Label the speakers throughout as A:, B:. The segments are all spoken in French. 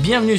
A: Bienvenue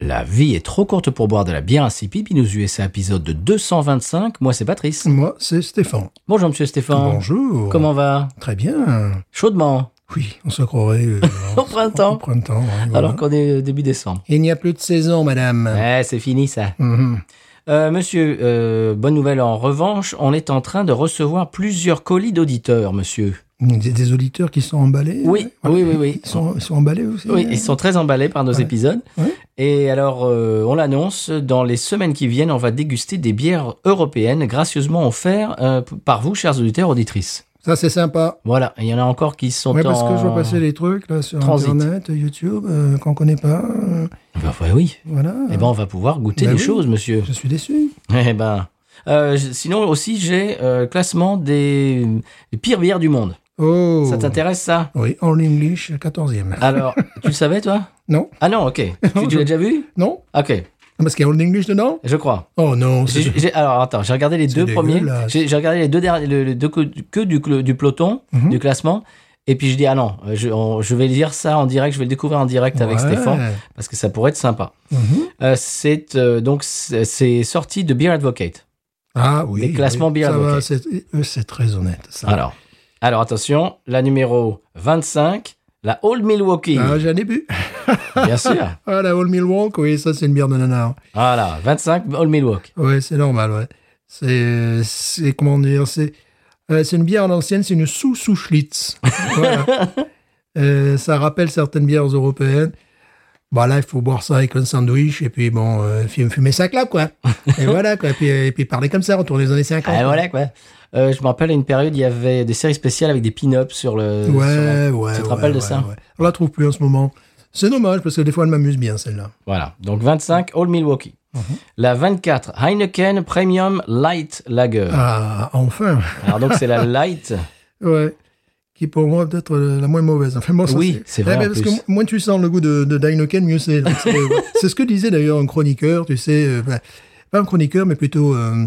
A: La vie est trop courte pour boire de la bière insipide. Binous USA, épisode de 225. Moi, c'est Patrice.
B: Moi, c'est Stéphane.
A: Bonjour, monsieur Stéphane.
B: Bonjour.
A: Comment va
B: Très bien.
A: Chaudement,
B: Oui, on se croirait. euh,
A: Au printemps.
B: Au printemps. ouais, voilà. Ah.
A: alors qu'on est euh, début décembre.
B: Il n'y a plus de saison, madame.
A: Ouais, c'est fini ça.
B: Mhm.
A: Euh, monsieur, euh, bonne nouvelle en revanche, on est en train de recevoir plusieurs colis d'auditeurs, monsieur.
B: Des, des auditeurs qui sont emballés.
A: Oui,
B: ouais.
A: oui, oui, oui.
B: Ils sont, ils sont emballés aussi.
A: Oui, ils sont très emballés par nos épisodes.
B: Euh, Ouais.
A: Et alors, euh, on l'annonce, dans les semaines qui viennent, on va déguster des bières européennes gracieusement offertes euh, p- par vous, chers auditeurs, auditrices.
B: Ça, c'est sympa.
A: Voilà, Et il y en a encore qui sont
B: Ouais, parce
A: en...
B: que je vois passer les trucs là sur
A: Transit.
B: Internet, YouTube, euh, qu'on connaît pas. euh,
A: Bah, ouais, oui,
B: voilà.
A: eh ben, on va pouvoir goûter
B: Bah
A: des
B: oui.
A: choses, monsieur.
B: Je suis déçu.
A: Eh ben... Euh, j- sinon aussi, j'ai euh, classement des... des pires bières du monde.
B: Oh.
A: Ça t'intéresse, ça
B: Oui, All English, 14e.
A: Alors, tu le savais, toi
B: Non
A: Ah non, ok. Tu, tu l'as déjà vu
B: Non
A: Ok,
B: Parce qu'il y a All English dedans
A: je crois.
B: Oh non, c'est
A: J'ai- j'ai- alors, attends, j'ai regardé les
B: C'est
A: deux premiers.
B: dégueulasse.
A: J'ai j'ai regardé les deux derniers, le, le- deux co- que du, cl- du peloton,
B: Mhm.
A: du classement. Et puis, je dis, ah non, euh, je, on- je vais lire ça en direct, je vais le découvrir en direct avec
B: Ouais.
A: Stéphane, parce que ça pourrait être sympa.
B: Mhm.
A: Euh, c'est euh, donc, c'est c'est sorti de Beer Advocate.
B: Ah oui.
A: Des
B: oui,
A: classements bien
B: ça va,
A: bloqués.
B: c'est- eux, c'est très honnête. Ça.
A: Alors, alors, attention, la numéro 25, la Old Milwaukee.
B: Ah, j'en ai bu.
A: Bien sûr.
B: Ah, la Old Milwaukee, oui, ça, c'est une bière de nanar.
A: Voilà, 25, Old Milwaukee.
B: Ouais, c'est normal, ouais. C'est, c'est comment dire, c'est, euh, c'est une bière à l'ancienne, c'est une sous-sous Schlitz. Voilà. Euh, ça rappelle certaines bières européennes. Bah là, il faut boire ça avec un sandwich et puis bon, euh, fum- fumer sa clope, quoi. Et voilà, quoi. Puis, euh, et puis parler comme ça, retourner aux années 50.
A: Ah, voilà, quoi. Euh, je me rappelle à une période, il y avait des séries spéciales avec des pin-ups sur le. sur la-
B: Ouais, ouais.
A: Tu te
B: ouais,
A: rappelles de
B: ouais,
A: ça
B: ouais. On la trouve plus en ce moment. C'est dommage parce que des fois, elle m'amuse bien, celle-là.
A: Voilà, donc 25, All Milwaukee.
B: Mhm.
A: La 24, Heineken Premium Light Lager.
B: Ah, enfin
A: Alors donc c'est la Light.
B: Ouais. Qui pour moi peut-être euh, la moins mauvaise. Enfin, bon, ça,
A: Oui, c'est vrai,
B: Ouais,
A: en
B: mais parce
A: plus.
B: que mo- moins tu sens le goût de, de Heineken, mieux c'est. Donc, c'est- ouais. C'est ce que disait d'ailleurs un chroniqueur, tu sais, euh, bah, pas un chroniqueur, mais plutôt euh,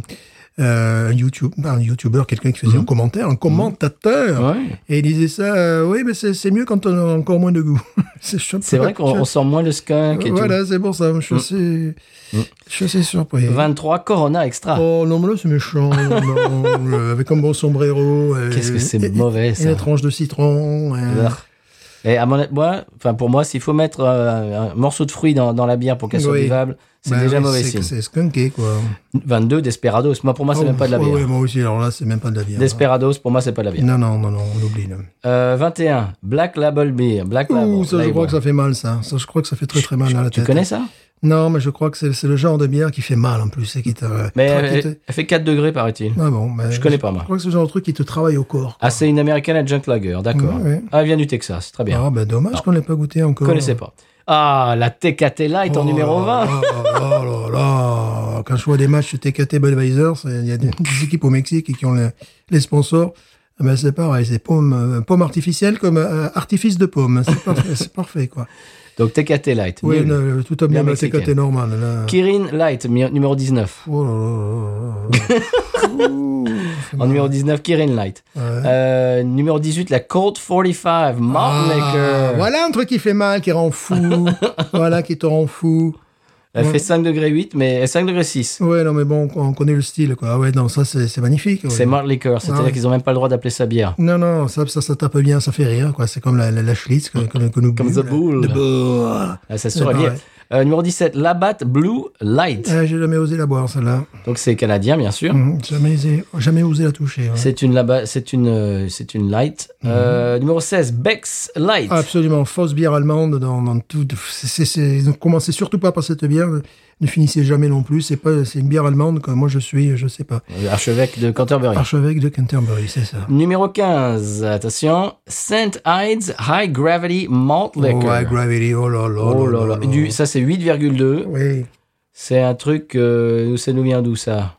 B: euh, un YouTube, pas un youtubeur, quelqu'un qui faisait un commentaire, un commentateur.
A: Mhm. Ouais.
B: Et il disait ça, euh, oui, mais c'est c'est mieux quand on a encore moins de goût. c'est chouette.
A: C'est vrai qu'on on sent moins le skunk et
B: Voilà, c'est pour ça. Je
A: Mm.
B: suis assez, je suis assez surpris.
A: tout. 23, Corona Extra.
B: Oh non, mais là, c'est méchant. non, euh, avec un bon sombrero. euh,
A: Qu'est-ce que c'est
B: et- et-
A: mauvais, ça.
B: Et une tranche de citron. euh,
A: Alors, Et à mon, moi, enfin pour moi, s'il faut mettre euh, un morceau de fruit dans, dans la bière pour qu'elle soit
B: Oui.
A: buvable, c'est
B: bah
A: déjà
B: oui,
A: mauvais
B: c'est-
A: signe.
B: C'est skunké, quoi.
A: 22, Desperados. Moi, pour moi, c'est
B: Oh,
A: même pas de la
B: ouais,
A: bière.
B: ouais, moi aussi, alors là, c'est même pas de la bière. hein.
A: Desperados, pour moi, c'est pas de la bière.
B: Non, non, non, non, on oublie. là.
A: Euh, 21, Black Label Beer. Black Label.
B: Ouh, ça, je
A: Label.
B: crois que ça fait mal, ça. Ça, je crois que ça fait très, très mal à la
A: Tu
B: tête. hein.
A: connais ça
B: Non, mais je crois que c'est c'est le genre de bière qui fait mal, en plus, et qui te...
A: Mais
B: tra- qui
A: elle,
B: te-
A: elle fait 4 degrés, paraît-il.
B: Ah bon, mais
A: je connais pas, moi.
B: Je crois que c'est le genre de truc qui te travaille au corps.
A: Ah, c'est une américaine adjunct lager, d'accord.
B: Ouais, ouais.
A: Ah, elle vient du Texas, très bien.
B: Ah, ben, dommage qu'on l'ait pas goûté encore.
A: Vous connaissez pas. Ah, la TKT Light en
B: Oh
A: numéro 20.
B: là là là là là. Quand je vois des matchs TKT Budweiser, c'est- il y a des, des équipes au Mexique qui ont les, les sponsors. Ah Ben c'est pareil, c'est pomme, euh, pomme artificielle comme euh, artifice de pomme. C'est parfait, c'est parfait, quoi.
A: Donc TKT Light.
B: Oui,
A: nul.
B: le- le- tout à
A: Bien
B: bien la
A: mexicaine.
B: TKT normale. Là.
A: Kirin Light, mi- numéro 19.
B: Oh là là là là. Ouh, c'est
A: En numéro 19, Kirin Light.
B: marrant. Ouais.
A: Euh, numéro 18, la Colt 45, Malt
B: Ah,
A: Lager.
B: voilà un truc qui fait mal, qui rend fou. voilà, qui te rend fou.
A: Elle fait 5 degrés 8, mais 5 degrés 6.
B: Ouais, non, mais bon, on connaît le style, quoi. Ah Ouais, non, ça, c'est c'est magnifique. ouais. Ah,
A: C'est Malt Liquor, c'est-à-dire
B: ouais.
A: qu'ils ont même pas le droit d'appeler ça bière.
B: Non, non, ça, ça, ça tape bien, ça fait rire, quoi. C'est comme la, la, la Schlitz que, que, que nous
A: Comme
B: buve,
A: The
B: là.
A: Bull.
B: The Bull.
A: Ah, ça se
B: C'est
A: saurait
B: pareil.
A: bien. Euh, numéro 17, Labatt Blue Light.
B: Ah, j'ai jamais osé la boire, celle-là.
A: Donc c'est canadien, bien sûr.
B: Mhm, Jamais, osé- jamais osé la toucher. hein. ouais.
A: C'est une là-bas, c'est une, euh, c'est une light.
B: Mhm.
A: Euh, numéro 16, Beck's Light.
B: Ah, Absolument, fausse bière allemande dans, dans tout. c'est- c'est- c'est- ne commencez surtout pas par cette bière. Ne finissez jamais non plus. C'est pas, c'est une bière allemande comme moi je suis, je sais pas.
A: Euh, Archevêque de Canterbury.
B: Archevêque de Canterbury, c'est ça.
A: Numéro 15, attention, St. Ides High Gravity Malt Liquor.
B: Oh, ouais, Gravity, oh là là.
A: Oh là là. Du- ça c'est 8,2.
B: Oui.
A: C'est un truc, euh, ça nous vient d'où ça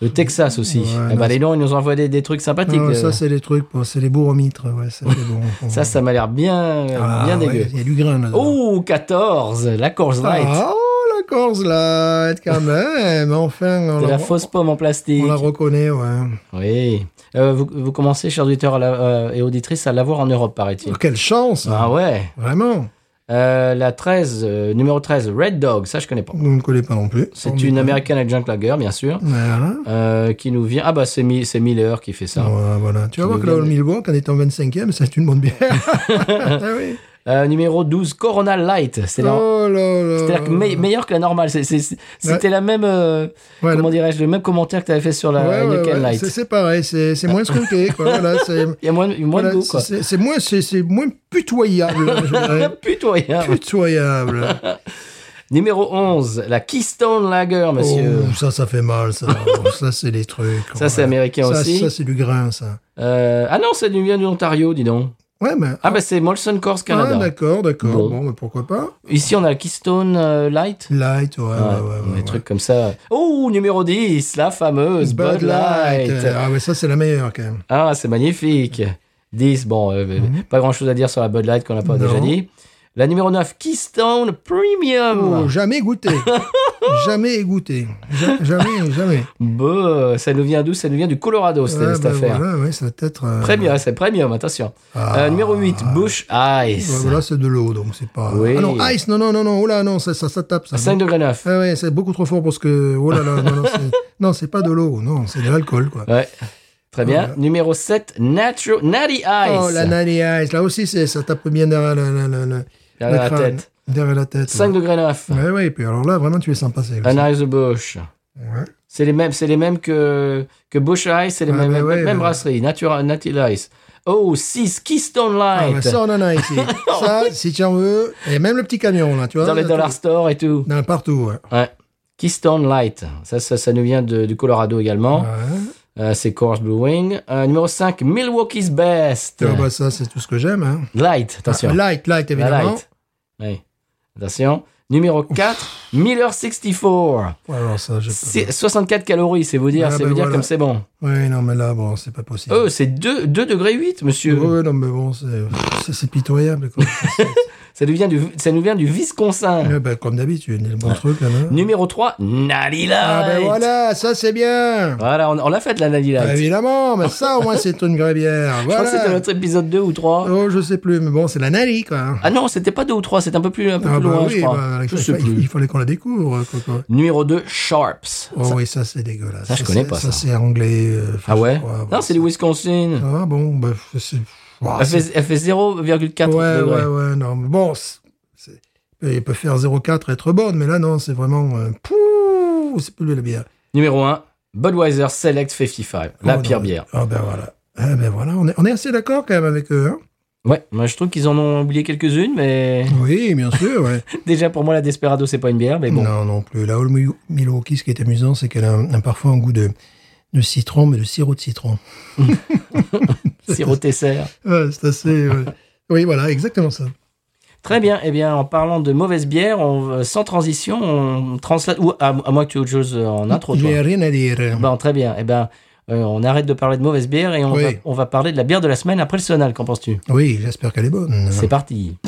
A: Le Texas aussi.
B: Ouais,
A: ah
B: non,
A: bah
B: c'est-
A: les noms, ils nous envoient des, des trucs sympathiques.
B: Non,
A: euh.
B: ça, c'est les trucs, pour- c'est les bourgs en mitre. Ouais, ça, c'est bon.
A: ça, ça m'a l'air bien,
B: Ah,
A: bien
B: ouais,
A: dégueu.
B: Il y a du grain là-dedans.
A: Oh, 14, la course light.
B: Ah, oh, la Corse Light, quand même. Enfin, on
A: de la fausse pomme en plastique.
B: on la reconnaît, ouais.
A: Oui. Euh, vous, vous commencez, chers auditeurs à la- euh, et auditrices, à l'avoir en Europe, paraît-il.
B: Oh, quelle chance
A: Ah ouais.
B: Vraiment.
A: Euh, la 13, euh, numéro 13, Red Dog, ça je connais pas.
B: Nous ne connaît pas non plus.
A: C'est une American Adjunct Lager, bien sûr,
B: Voilà.
A: euh, qui nous vient. Ah bah c'est Mi- c'est Miller qui fait ça.
B: Ouais, euh, voilà. Tu vas
A: Je
B: voir
A: veux
B: que la
A: bien,
B: Old Milwaukee, quand elle est en 25e, c'est une bonne bière. ah oui.
A: Euh, numéro 12, Corona Light. C'est la-
B: Oh là là.
A: C'est-à-dire que me- meilleur que la normale. C'est- c'est- c'est- C'était la même, euh,
B: Ouais,
A: comment dirais-je, le même commentaire que tu avais fait sur la
B: ouais, ouais,
A: Heineken
B: ouais.
A: Light.
B: C'est- C'est pareil, c'est c'est moins scruté. quoi. Voilà, c'est-
A: Il y a moins, de- moins
B: voilà,
A: de goût, quoi.
B: c'est- c'est moins, c'est- c'est moins putoyable. je dirais.
A: Putoyable.
B: putoyable.
A: Numéro 11, la Keystone Lager, monsieur.
B: Oh, ça, ça fait mal, ça. Oh, ça, c'est des trucs.
A: Ça, c'est américain
B: Ça,
A: aussi.
B: Ça, c'est du grain, ça.
A: Euh, ah non, ça nous vient de l'Ontario, dis donc.
B: Ouais, mais.
A: Ah bah c'est Molson Coors
B: Ah,
A: Canada.
B: d'accord, d'accord.
A: Bon.
B: Bon, mais pourquoi pas
A: Ici, on a la Keystone euh, Light.
B: Light, ouais, ouais,
A: Ouais,
B: Ah, ouais. ouais,
A: Ah, des
B: ouais.
A: trucs comme ça. Oh, numéro 10, la fameuse Bud, Light.
B: euh, Ah, ouais, ça, c'est la meilleure, quand même.
A: Ah, c'est magnifique. 10, bon, euh, pas grand-chose à dire sur la Bud Light qu'on n'a pas
B: Mhm. Non.
A: déjà dit. La numéro 9, Keystone Premium.
B: Oh, jamais goûté. jamais goûté. Ja- Jamais, jamais.
A: Bah, ça nous vient d'où Ça nous vient du Colorado, cette,
B: Ouais,
A: cette
B: bah,
A: affaire.
B: Voilà, ouais, ça va être. euh,
A: Premium, c'est premium, attention.
B: Ah.
A: Euh, numéro 8, Bush Ice.
B: ouais, voilà, c'est de l'eau, donc c'est pas.
A: Oui.
B: Ah non, ice, non, non, non, non, oh là, non, ça, ça, ça tape, ça.
A: 5 degrés 9.
B: Ah ouais, c'est beaucoup trop fort parce que. Oh là là, non, non, c'est- non, c'est pas de l'eau, non, c'est de l'alcool, quoi.
A: Ouais. Très bien. Numéro 7, Natural, Natty Ice.
B: Oh, la Nanny Ice, là aussi, c'est- ça tape bien derrière la, la, la, la,
A: Derrière la
B: le crâne.
A: tête.
B: Derrière la tête.
A: 5 degrés 9.
B: Ouais, ouais, et puis alors là, vraiment, tu les sens passer. aussi.
A: An Ice de Bush.
B: Ouais.
A: C'est les mêmes, c'est les mêmes que, que Bush Ice, c'est les
B: Ah,
A: mêmes,
B: mais ouais,
A: mêmes
B: mais-
A: brasseries. Natural, Natty Ice. Oh, 6, Keystone
B: Ah,
A: Light.
B: bah, ça, on en a ici. ça, si tu en veux, et même le petit camion, là, tu vois.
A: dans les
B: là,
A: dollar
B: tout-
A: store et tout.
B: Dans- partout, ouais.
A: Ouais. Keystone Light. Ça, ça, ça nous vient de- du Colorado également.
B: Ouais.
A: Euh, c'est Coors Blue Wing. Euh, numéro 5, Milwaukee's Best.
B: Ah, bah, ça, c'est tout ce que j'aime. Hein.
A: Light, attention.
B: Ah, light, light,
A: La
B: évidemment.
A: Bah, Light. Oui. Attention. Numéro 4, Miller 64.
B: Ouais, alors ça, je peux
A: C'est 64 calories, c'est vous dire,
B: Ah,
A: c'est
B: ben
A: vous dire
B: voilà.
A: comme c'est bon.
B: pas. Ouais, non, mais là, bon, c'est pas possible.
A: Euh, c'est 2, 2 degrés 8, monsieur.
B: Ouais, non, mais bon, c'est- c'est c'est pitoyable, quoi.
A: Ça, nous vient du, ça nous vient du Wisconsin.
B: Ouais, bah, comme d'habitude, il y a le bon truc, là, non
A: Numéro 3, Natty Light.
B: Ah, ben voilà, ça, c'est bien.
A: Voilà, on, on l'a fait la Natty Light.
B: Bah, évidemment, mais ça, au moins, c'est une vraie bière.
A: Je crois que c'était
B: Voilà.
A: notre épisode 2 ou 3.
B: Oh, je sais plus, mais bon, c'est la Nally, quoi.
A: Ah non, c'était pas 2 ou 3, c'était un peu plus, un peu
B: Ah,
A: plus
B: bah
A: loin,
B: oui,
A: je crois.
B: bah,
A: je
B: il,
A: sais
B: fa-
A: plus.
B: il fallait qu'on la découvre. quoi, quoi.
A: Numéro 2, Sharps.
B: Oh
A: Ça-
B: oui, ça c'est dégueulasse.
A: Ça, je connais pas, ça.
B: c'est anglais. euh, enfin,
A: ah ouais
B: je crois,
A: Non,
B: bah,
A: c'est du Wisconsin.
B: Ah bon, bah, c'est- c'est. Ouah,
A: Elle
B: c'est-
A: fait, elle fait 0,4
B: Ouais,
A: degrés.
B: ouais, ouais, non. mais Bon, c'est- c'est- il peut faire 0,4 et être bonne, mais là, non, c'est vraiment. euh, pouh, c'est plus de la bière.
A: Numéro 1, Budweiser Select 55, la
B: Oh,
A: pire
B: non.
A: bière.
B: Ah ben voilà. Ah ben voilà, on est, on est assez d'accord quand même avec eux. hein.
A: Ouais, moi je trouve qu'ils en ont oublié quelques-unes, mais
B: Oui, bien sûr, ouais.
A: déjà pour moi la Desperado c'est pas une bière, mais bon.
B: Non, non plus. La Old Mil- Milwaukee, ce qui est amusant, c'est qu'elle a un- un- parfois un goût de, de citron, mais de sirop de citron.
A: Sirop Tesser.
B: Ouais, Ah, c'est assez. ouais. oui, voilà, exactement ça.
A: Très bien, eh bien en parlant de mauvaise bière, on, euh, sans transition, on translate. Ou à, à moins que tu aies autre chose euh, en intro, toi.
B: J'ai rien à dire.
A: Bon, très bien, eh bien on arrête de parler de mauvaise bière et on,
B: Oui.
A: va, on va parler de la bière de la semaine après le sonal, qu'en penses-tu
B: Oui, j'espère qu'elle est bonne.
A: C'est parti.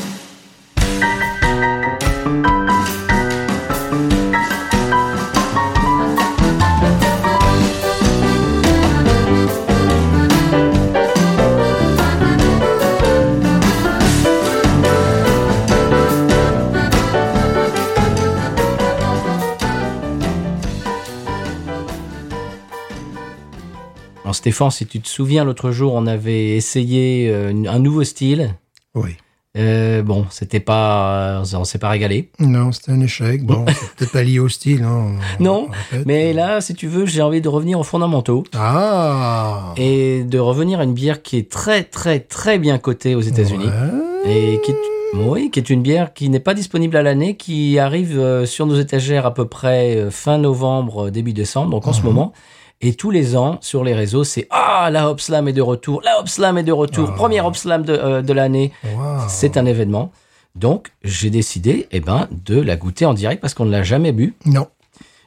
A: Alors Stéphane, si tu te souviens, l'autre jour, on avait essayé euh, une- un nouveau style.
B: Oui.
A: Euh, bon, c'était pas, euh, on s'est pas régalé.
B: Non, c'était un échec. Bon, c'est peut-être pas lié au style. hein, on-
A: Non,
B: on répète.
A: Mais là, si tu veux, j'ai envie de revenir aux fondamentaux
B: Ah
A: et de revenir à une bière qui est très, très, très bien cotée aux États-Unis
B: Ouais.
A: et qui est, oui, qui est une bière qui n'est pas disponible à l'année, qui arrive euh, sur nos étagères à peu près euh, fin novembre, euh, début décembre, donc en ce
B: Mhm.
A: moment. Et tous les ans, sur les réseaux, c'est Ah, la Hop Slam est de retour, la Hop Slam est de retour,
B: Ah.
A: première Hop Slam de, euh, de l'année.
B: Wow.
A: C'est un événement. Donc, j'ai décidé eh ben, de la goûter en direct parce qu'on ne l'a jamais bu.
B: Non,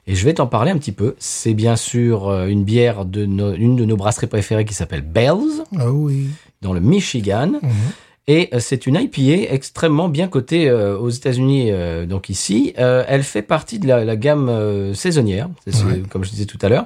A: Et je vais t'en parler un petit peu. C'est bien sûr euh, une bière de nos- une de nos brasseries préférées qui s'appelle Bell's,
B: Ah oui.
A: dans le Michigan.
B: Mhm.
A: Et euh, c'est une IPA extrêmement bien cotée euh, aux États-Unis, euh, donc ici. Euh, elle fait partie de la, la gamme euh, saisonnière, c'est ce-
B: Ouais.
A: comme je disais tout à l'heure.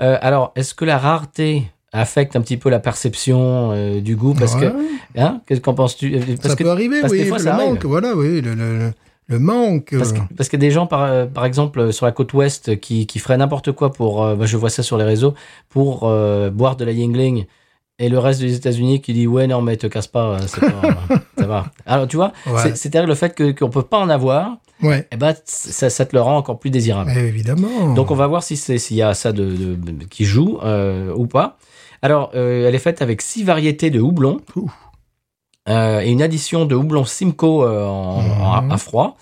A: Euh, alors, est-ce que la rareté affecte un petit peu la perception euh, du goût Parce
B: Ouais,
A: que, hein, qu'est-ce qu'en penses-tu
B: ça
A: Parce que
B: peut arriver,
A: parce que
B: oui.
A: des fois,
B: le
A: ça arrive.
B: manque, voilà, oui. Le, le- le- le manque.
A: Parce que,
B: euh,
A: parce qu'il y a des gens, par, euh, par exemple, euh, sur la côte ouest, qui, qui feraient n'importe quoi pour, euh, bah, je vois ça sur les réseaux, pour euh, boire de la Yingling. Et le reste des États-Unis qui dit ouais non mais te casse pas, euh, c'est pas- ça va. Alors tu vois,
B: Ouais.
A: c'est- c'est-à-dire le fait que- qu'on peut pas en avoir,
B: ouais.
A: eh ben ça, ça te le rend encore plus désirable.
B: Eh, évidemment.
A: Donc on va voir si c'est s'il y a ça de, de- qui joue euh, ou pas. Alors euh, elle est faite avec six variétés de houblon
B: Ouh.
A: Euh, et une addition de houblon Simcoe euh, en, en-
B: Mhm.
A: à froid.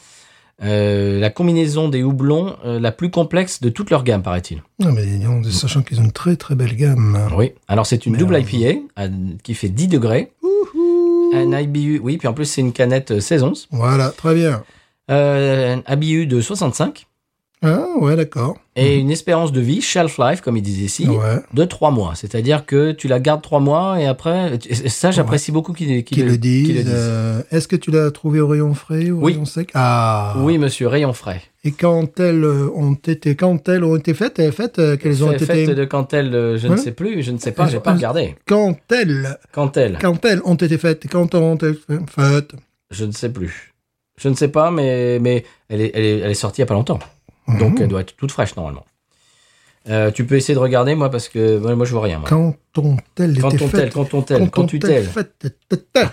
A: Euh, la combinaison des houblons euh, la plus complexe de toute leur gamme, paraît-il.
B: Non, mais dis donc, sachant qu'ils ont une très très belle gamme.
A: Oui. Alors c'est une
B: Mais
A: double
B: alors-
A: IPA euh, qui fait 10 degrés. Un IBU, oui, puis en plus c'est une canette euh, 16 onces.
B: Voilà, très bien.
A: Euh, un IBU de 65
B: Ah, ouais, d'accord.
A: et une espérance de vie, shelf life comme ils disent ici,
B: Ouais.
A: de trois mois. C'est-à-dire que tu la gardes trois mois et après, et ça j'apprécie beaucoup qu'ils qu'ils
B: Qu'ils le disent.
A: qu'ils le disent.
B: euh, Est-ce que tu l'as trouvé au rayon frais ou au
A: Oui.
B: rayon sec Ah.
A: Oui, monsieur, rayon frais.
B: Et quand elles euh, ont été, quand elles ont été faites, euh, faites, euh, qu'elles ont
A: Fait-
B: été,
A: Faites de Cantel, euh, je ne
B: Hein
A: sais plus, je ne sais pas, j'ai
B: Elles-
A: pas
B: elles-
A: regardé.
B: quand elles,
A: Cantel,
B: quand elles ont été faites, quand elles ont été faites.
A: je ne sais plus. Je ne sais pas, mais, mais elle, est, elle, est, elle est sortie il n'y a pas longtemps. Donc
B: Mhm.
A: elle doit être toute fraîche normalement. Euh, tu peux essayer de regarder, moi, parce que moi, moi, je vois rien. moi.
B: quand ont-elles
A: Quand
B: été
A: on tel,
B: faites
A: quand on tel, quand tu tel.
B: ont-elles faites Tête.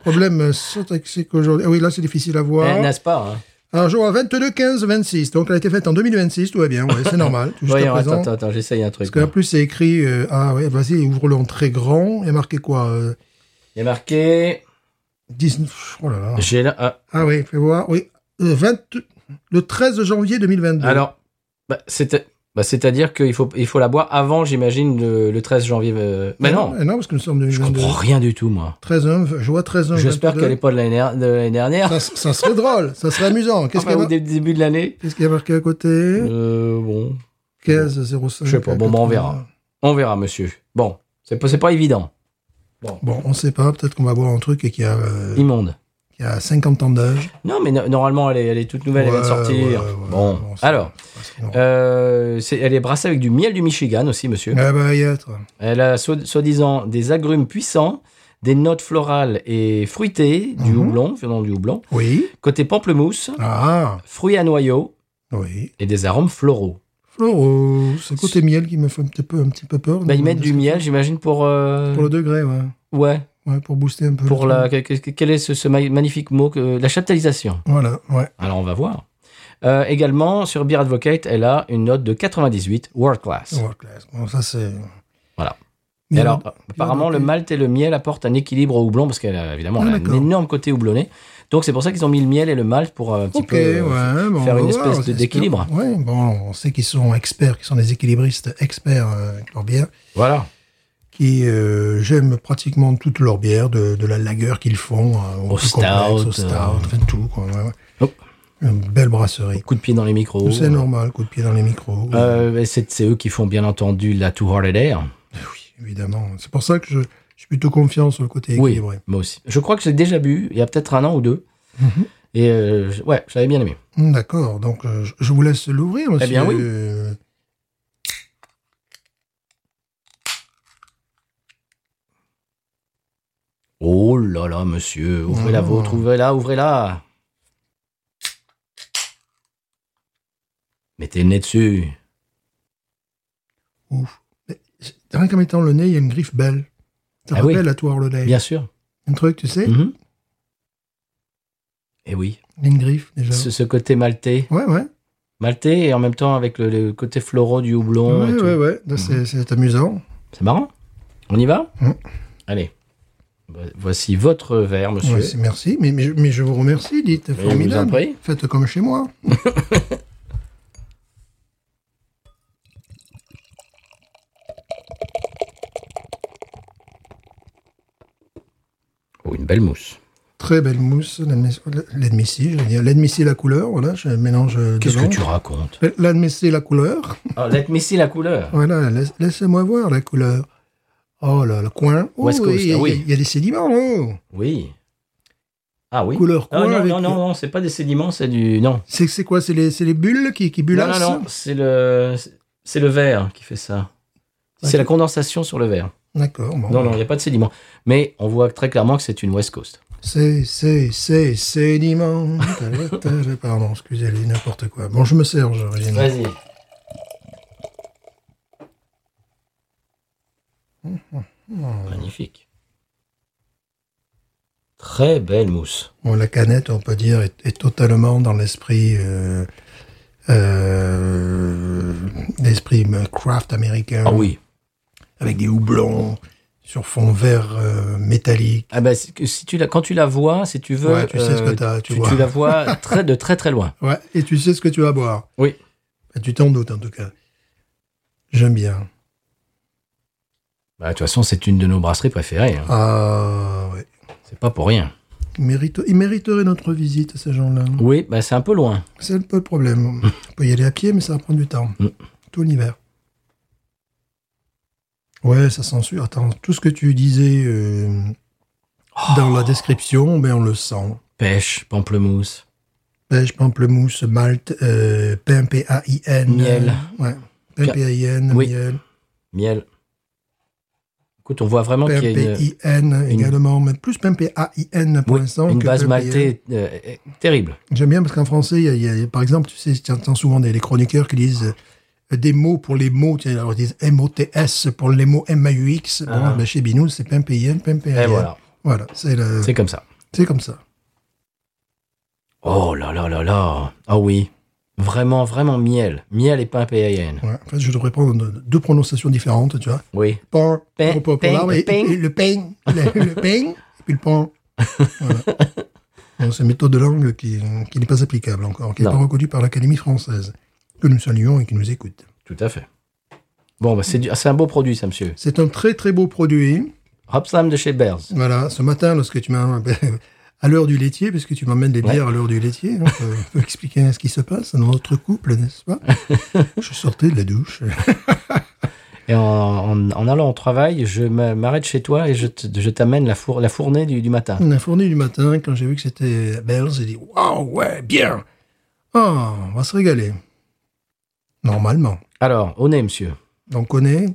B: Problème euh, sans taxi qu'aujourd'hui. Ah oui, là, c'est difficile à
A: Eh,
B: voir.
A: N'est-ce pas hein
B: Alors, je vois 22, 15, 26. Donc, elle a été faite en 2026, tout va bien. Ouais, c'est normal. Jusqu'à
A: Voyons,
B: présent.
A: attends, attends, attends, j'essaye un
B: Parce
A: truc.
B: qu'en
A: moi.
B: plus, c'est écrit. euh, ah ouais, vas-y, ouvre-le en très grand. Il y a marqué quoi euh,
A: Il y a marqué.
B: 19. Oh là là.
A: J'ai là. ah,
B: Ah oui, fais voir. Oui. euh, 20 le 13 janvier 2022.
A: alors, bah, c'est- bah, c'est-à-dire qu'il faut, il faut la boire avant, j'imagine, le, le 13 janvier. euh, Mais non,
B: Eh Non, parce que nous sommes
A: je
B: 2022.
A: comprends rien du tout, moi.
B: 13 ans, je vois 13 ans.
A: J'espère
B: 22.
A: qu'elle n'est pas de l'année der- de l'année dernière.
B: Ça, ça serait drôle, ça serait amusant. Qu'est-ce
A: Ah,
B: qu'il y,
A: bah,
B: a
A: ou dès le début de l'année.
B: qu'est-ce qu'il y a marqué à côté
A: Euh, bon,
B: 15, 05.
A: Je sais pas. Bon, bah, on verra. on verra, monsieur. Bon, c'est pas, c'est pas évident.
B: Bon, on sait pas. Peut-être qu'on va boire un truc et qui a, euh,
A: Immonde.
B: qui a 50 ans d'âge.
A: Non, mais no- normalement, elle est, elle est toute nouvelle, elle vient de
B: Ouais,
A: sortir.
B: ouais, ouais,
A: bon,
B: bon, c'est-
A: alors,
B: c'est bon.
A: euh, c'est- elle est brassée avec du miel du Michigan aussi, monsieur.
B: Ah bah, y être.
A: Elle a so- soi-disant des agrumes puissants, des notes florales et fruitées, du
B: Mhm.
A: houblon, venant du houblon.
B: Oui.
A: Côté pamplemousse,
B: Ah,
A: fruits à noyaux
B: oui.
A: et des arômes floraux.
B: Floraux, c'est le côté miel qui me fait un petit peu, un petit peu peur.
A: Bah, ils
B: Donc,
A: mettent du miel, j'imagine, pour... euh,
B: Pour le degré, ouais.
A: Ouais,
B: Ouais, pour booster un peu.
A: pour
B: le
A: la...
B: truc.
A: que- que- Quel est ce, ce ma- magnifique mot que... La chaptalisation.
B: Voilà, ouais.
A: Alors on va voir. Euh, également, sur Beer Advocate, elle a une note de 98, World Class.
B: World class. Bon, ça, c'est.
A: Voilà.
B: Mais
A: Et alors, euh,
B: non.
A: apparemment, le
B: Advocate.
A: malt et le miel apportent un équilibre au houblon, parce qu'elle a évidemment
B: Ah,
A: elle a un
B: d'accord.
A: énorme côté houblonné. Donc c'est pour ça qu'ils ont mis le miel et le malt pour euh, un petit
B: Ok,
A: peu... euh,
B: ouais, bon,
A: faire
B: on va
A: une
B: voir,
A: espèce de-
B: j'espère.
A: d'équilibre.
B: Ouais, bon, on sait qu'ils sont experts, qu'ils sont des équilibristes experts euh, avec leur bière,
A: Voilà.
B: qui euh, j'aime pratiquement toute leur bière, de, de la lagueur qu'ils font, euh,
A: Au
B: plus
A: stout,
B: complexe, au stout,
A: euh,
B: enfin tout, quoi. ouais, ouais.
A: Hop.
B: Une belle brasserie.
A: Coup de pied dans les micros.
B: C'est normal, coup de pied dans les micros.
A: Oh. Euh, et c'est c'est eux qui font bien entendu la Two Hearted Air.
B: Oui, évidemment. C'est pour ça que je, je suis plutôt confiant sur le côté
A: Oui,
B: équilibré.
A: moi aussi. Je crois que j'ai déjà bu il y a peut-être un an ou deux.
B: Mhm.
A: Et euh, je- ouais, j'avais bien aimé.
B: Hum, D'accord, donc euh, je, je vous laisse l'ouvrir, monsieur.
A: Eh bien, oui.
B: Euh,
A: Oh là là, monsieur, ouvrez la
B: Oh.
A: vôtre, ouvrez-la, ouvrez-la. Mettez le nez dessus.
B: Ouf. Mais, rien qu'en mettant le nez, il y a une griffe belle. Ça
A: Ah oui.
B: rappelle à toi, le nez.
A: Bien sûr.
B: Un truc, tu sais,
A: Mhm. Eh oui,
B: une griffe déjà.
A: ce, ce côté maltais.
B: Ouais, ouais.
A: Maltais et en même temps avec le, le côté floraux du houblon. et
B: ouais,
A: tout.
B: ouais, ouais. Non,
A: Hum.
B: C'est c'est amusant.
A: C'est marrant. On y va
B: Mhm.
A: Allez. Vo- Voici votre verre, monsieur.
B: Ouais, c'est- merci, mais, mais, je, mais je vous remercie, dites.
A: vous en
B: Formidable.
A: prie.
B: Faites comme chez moi.
A: Oh, une belle mousse.
B: très belle mousse, l'admessie, je veux dire. L'admessie, la couleur, voilà, je mélange. euh,
A: Qu'est-ce que
B: dedans.
A: tu racontes
B: L'admessie, la couleur.
A: Ah, L'admessie, la couleur.
B: Voilà, laisse- laissez-moi voir la couleur. Oh là, le coin. Oh,
A: West Coast,
B: il y a-
A: ah oui.
B: Il y, a des sédiments, oh.
A: Oui. Ah oui.
B: Couleur
A: Ah,
B: coin
A: non,
B: avec-
A: non, non, non, c'est pas des sédiments, c'est du. Non.
B: C'est c'est quoi C'est les, c'est les bulles qui, qui
A: Non,
B: bulassent
A: non, non, c'est le, c'est le verre qui fait ça.
B: Ah,
A: C'est
B: Ouais.
A: la condensation sur le verre.
B: D'accord, bon.
A: Non, non, il n'y a pas de sédiments. Mais on voit très clairement que c'est une West Coast.
B: C'est, c'est, c'est, sédiments. Ta- ta- ta- Pardon, excusez-les, n'importe quoi. Bon, je me sers, je reviens.
A: Vas-y. Magnifique. Très belle mousse.
B: Bon, la canette, on peut dire, est, est totalement dans l'esprit... Euh, euh, l'esprit euh, craft américain.
A: Ah oui.
B: Avec des houblons sur fond vert euh, métallique.
A: Ah ben, c'est que si tu la, quand tu la vois, si tu veux,
B: Ouais, tu sais ce que t'as, tu
A: euh, tu,
B: vois.
A: tu la vois très, de très très loin.
B: Ouais, et tu sais ce que tu vas boire.
A: Oui.
B: Bah, tu t'en doutes, en tout cas. J'aime bien.
A: Bah, de toute façon, c'est une de nos brasseries préférées. hein.
B: Ah, ouais.
A: C'est pas pour rien.
B: Ils, méritent- ils mériteraient notre visite, ces gens-là.
A: Oui, bah, c'est un peu loin.
B: C'est un peu le problème. On peut y aller à pied, mais ça va prendre du temps.
A: Mm.
B: Tout l'hiver. Ouais, ça censure. Attends, tout ce que tu disais euh, dans la description, ben on le sent.
A: Pêche, pamplemousse.
B: Pêche, pamplemousse, malt, euh, pain, P-A-I-N.
A: Miel.
B: Ouais. Pain,
A: Ca-
B: P-A-I-N,
A: Oui.
B: miel.
A: Miel. Écoute, on voit vraiment qu'il
B: Pain,
A: y a une,
B: P-I-N
A: une-
B: également, mais plus pain, P-A-I-N pour
A: oui,
B: l'instant.
A: une
B: que
A: base
B: pain, P-A-I-N.
A: maltaise euh, euh, terrible.
B: J'aime bien parce qu'en français, il y a- il y a- par exemple, tu sais, tu entends souvent des les chroniqueurs qui disent euh, des mots pour les mots. Tiens, alors ils disent M-O-T-S pour les mots M-A-U-X. Bon,
A: Ah.
B: ben, chez Binou, c'est PMPIN, PMPIN.
A: Et voilà,
B: Voilà, c'est le-
A: c'est comme ça.
B: c'est comme ça.
A: Oh là là là là. Ah oui. Vraiment, vraiment miel. Miel et pain PAN.
B: Ouais. En fait, je devrais prendre deux- deux prononciations différentes, tu vois.
A: Oui.
B: Pain,
A: Pain,
B: pour- pour- pour
A: pain,
B: l'arbre, et,
A: pain.
B: et le pain, le, le pain, et puis le pain. Voilà. Bon, c'est une méthode de langue qui, qui n'est pas applicable encore, qui n'est
A: Non.
B: pas reconnue par l'Académie française, que nous saluons et qui nous écoute.
A: Tout à fait. Bon, bah, c'est du- c'est un beau produit, ça, monsieur.
B: C'est un très très beau produit.
A: Hopslam de chez Bears.
B: Voilà, ce matin, lorsque tu m'as à l'heure du laitier, puisque tu m'emmènes des
A: Ouais.
B: bières à l'heure du laitier, hein, faut, faut expliquer ce qui se passe dans notre couple, n'est-ce pas Je sortais de la douche.
A: Et en, en- en allant au travail, je m'a- m'arrête chez toi et je te- je t'amène la, four- la fournée du, du matin.
B: On a fourni du matin, quand j'ai vu que c'était Bells, j'ai dit Waouh, ouais, bien Oh, on va se régaler. Normalement.
A: Alors, au nez, monsieur.
B: Donc on est.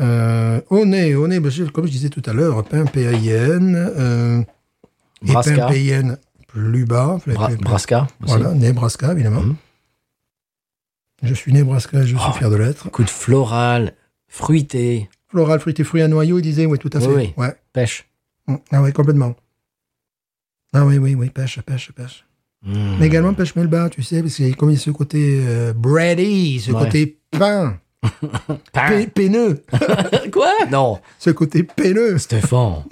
B: euh, on est, on est, ben, je- comme je disais tout à l'heure, pain PAIN, euh, et pain
A: Brasca.
B: PAIN plus bas.
A: Bra-
B: plus- plus-
A: Brasca. aussi.
B: Voilà, Nebraska, évidemment.
A: Mhm.
B: Je suis Nebraska, je suis
A: Oh.
B: fier de l'être.
A: Coup de floral, fruité,
B: Floral, fruit et fruits à noyau, il disait, oui, tout à fait.
A: Oui, oui.
B: Ouais.
A: pêche.
B: Mm. Ah oui, complètement. Ah oui, oui, oui, pêche, pêche, pêche.
A: Mm.
B: Mais également pêche melba, tu sais, parce qu'il y a comme ce côté euh, bready, ce
A: Ouais. Ah.
B: côté pain,
A: Pain.
B: pé- peineux,
A: Quoi Non,
B: ce côté peineux.
A: Stéphane,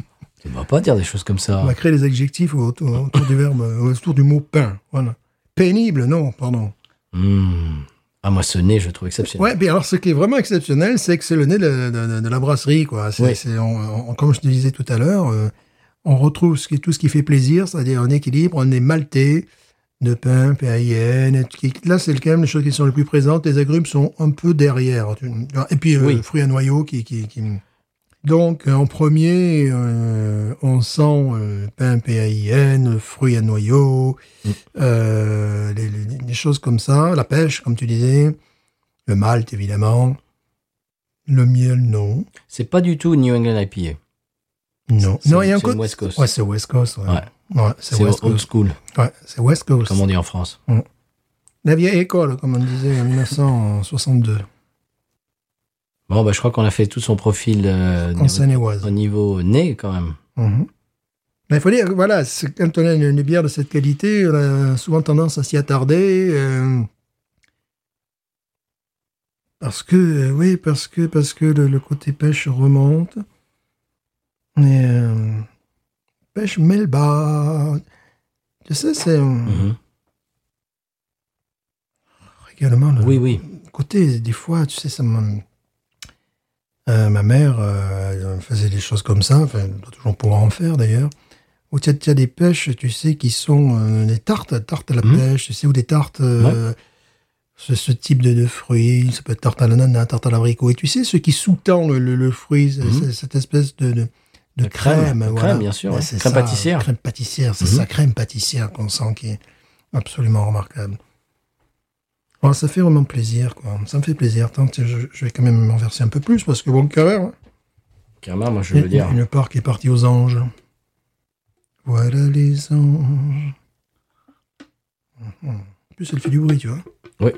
A: tu ne vas pas dire des choses comme ça.
B: On va créer des adjectifs autour, autour du verbe, euh, autour du mot pain. Voilà. Pénible, non, pardon.
A: Mm. Ah, moi, ce nez, je le trouve exceptionnel.
B: Ouais, puis alors ce qui est vraiment exceptionnel, c'est que c'est le nez de, de- de- de la brasserie, quoi. C'est,
A: Oui.
B: c'est- on- on- comme je te disais tout à l'heure, euh, on retrouve ce qui, tout ce qui fait plaisir, c'est-à-dire un équilibre, un nez maltais, de pain, païenne. Là, c'est quand même les choses qui sont les plus présentes. Les agrumes sont un peu derrière. tu- Et puis, euh,
A: Oui.
B: fruits à noyaux qui. qui- qui- Donc, euh, en premier, euh, on sent euh, pain, païenne, fruits à noyaux,
A: Mm.
B: euh, les, les- les choses comme ça, la pêche, comme tu disais. Le malt, évidemment. Le miel, non.
A: C'est pas du tout New England IPA.
B: Non.
A: C'est-
B: non, il y a un
A: c'est
B: côté-
A: West Coast.
B: Ouais, c'est West Coast. Ouais.
A: Ouais.
B: Ouais, c'est
A: C'est
B: West
A: old
B: Coast.
A: school,
B: Ouais, c'est West Coast.
A: comme on dit en France.
B: La vieille école, comme on disait en 1962,
A: Bon, bah, je crois qu'on a fait tout son profil euh,
B: en Seine-et-Oise.
A: au niveau nez, quand même.
B: Mhm. Mais il faut dire, que, voilà, c'est- quand on a une, une bière de cette qualité, on a souvent tendance à s'y attarder. euh, parce que, euh, oui, parce que, parce que le, le côté pêche remonte. Et, euh, pêche Melba. Tu sais, c'est euh,
A: Mhm.
B: également le,
A: Oui, oui.
B: côté, des fois, tu sais, ça me- Euh, ma mère euh, faisait des choses comme ça, enfin, elle doit toujours pouvoir en faire d'ailleurs. où tu as, tu as des pêches, tu sais, qui sont euh, des tartes, tartes à la
A: Mhm.
B: pêche, tu sais, ou des tartes, euh, ce, ce type de, de fruits, ça peut être tarte à l'ananas, tarte à l'abricot, et tu sais, ce qui sous-tend le, le- le fruit, c'est-
A: Mhm.
B: c'est cette espèce de, de, de
A: De crème, de crème, bien sûr, ouais.
B: c'est
A: Crème
B: ça,
A: pâtissière.
B: Crème pâtissière, c'est
A: Mhm.
B: ça, crème pâtissière qu'on sent qui est absolument remarquable. Bon, ça fait vraiment plaisir, quoi. Ça me fait plaisir. Tant que je, je vais quand même m'en verser un peu plus, parce que bon, quand même, hein.
A: Carrément, moi je veux
B: Une-
A: dire.
B: Une part qui est partie aux anges. Voilà les anges. Mhm. En plus, elle fait du bruit, tu vois.
A: Oui.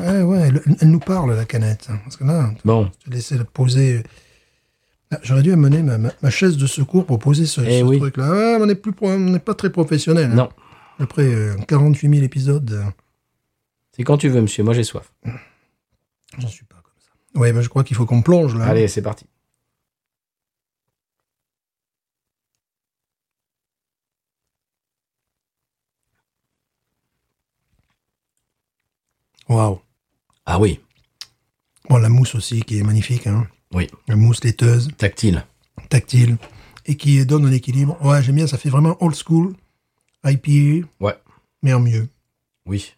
B: ouais, ouais, elle, elle nous parle, la canette. hein. Parce que là,
A: Bon,
B: je te laissais la poser. Ah, J'aurais dû amener ma, ma- ma chaise de secours pour poser ce,
A: Eh
B: ce
A: oui.
B: truc-là. Ouais, mais on n'est plus pro- on n'est pas très professionnel. hein.
A: non.
B: Après euh, 48 000 épisodes, euh,
A: C'est quand tu veux, monsieur. Moi j'ai soif.
B: j'en suis pas comme ça. Ouais, bah, je crois qu'il faut qu'on plonge, là.
A: Allez, c'est parti.
B: Waouh.
A: Ah oui,
B: Bon, la mousse aussi, qui est magnifique. Hein.
A: Oui.
B: La mousse laiteuse,
A: tactile.
B: tactile, et qui donne un équilibre. Ouais, j'aime bien, ça fait vraiment old school, IPA,
A: Ouais.
B: mais en mieux.
A: Oui.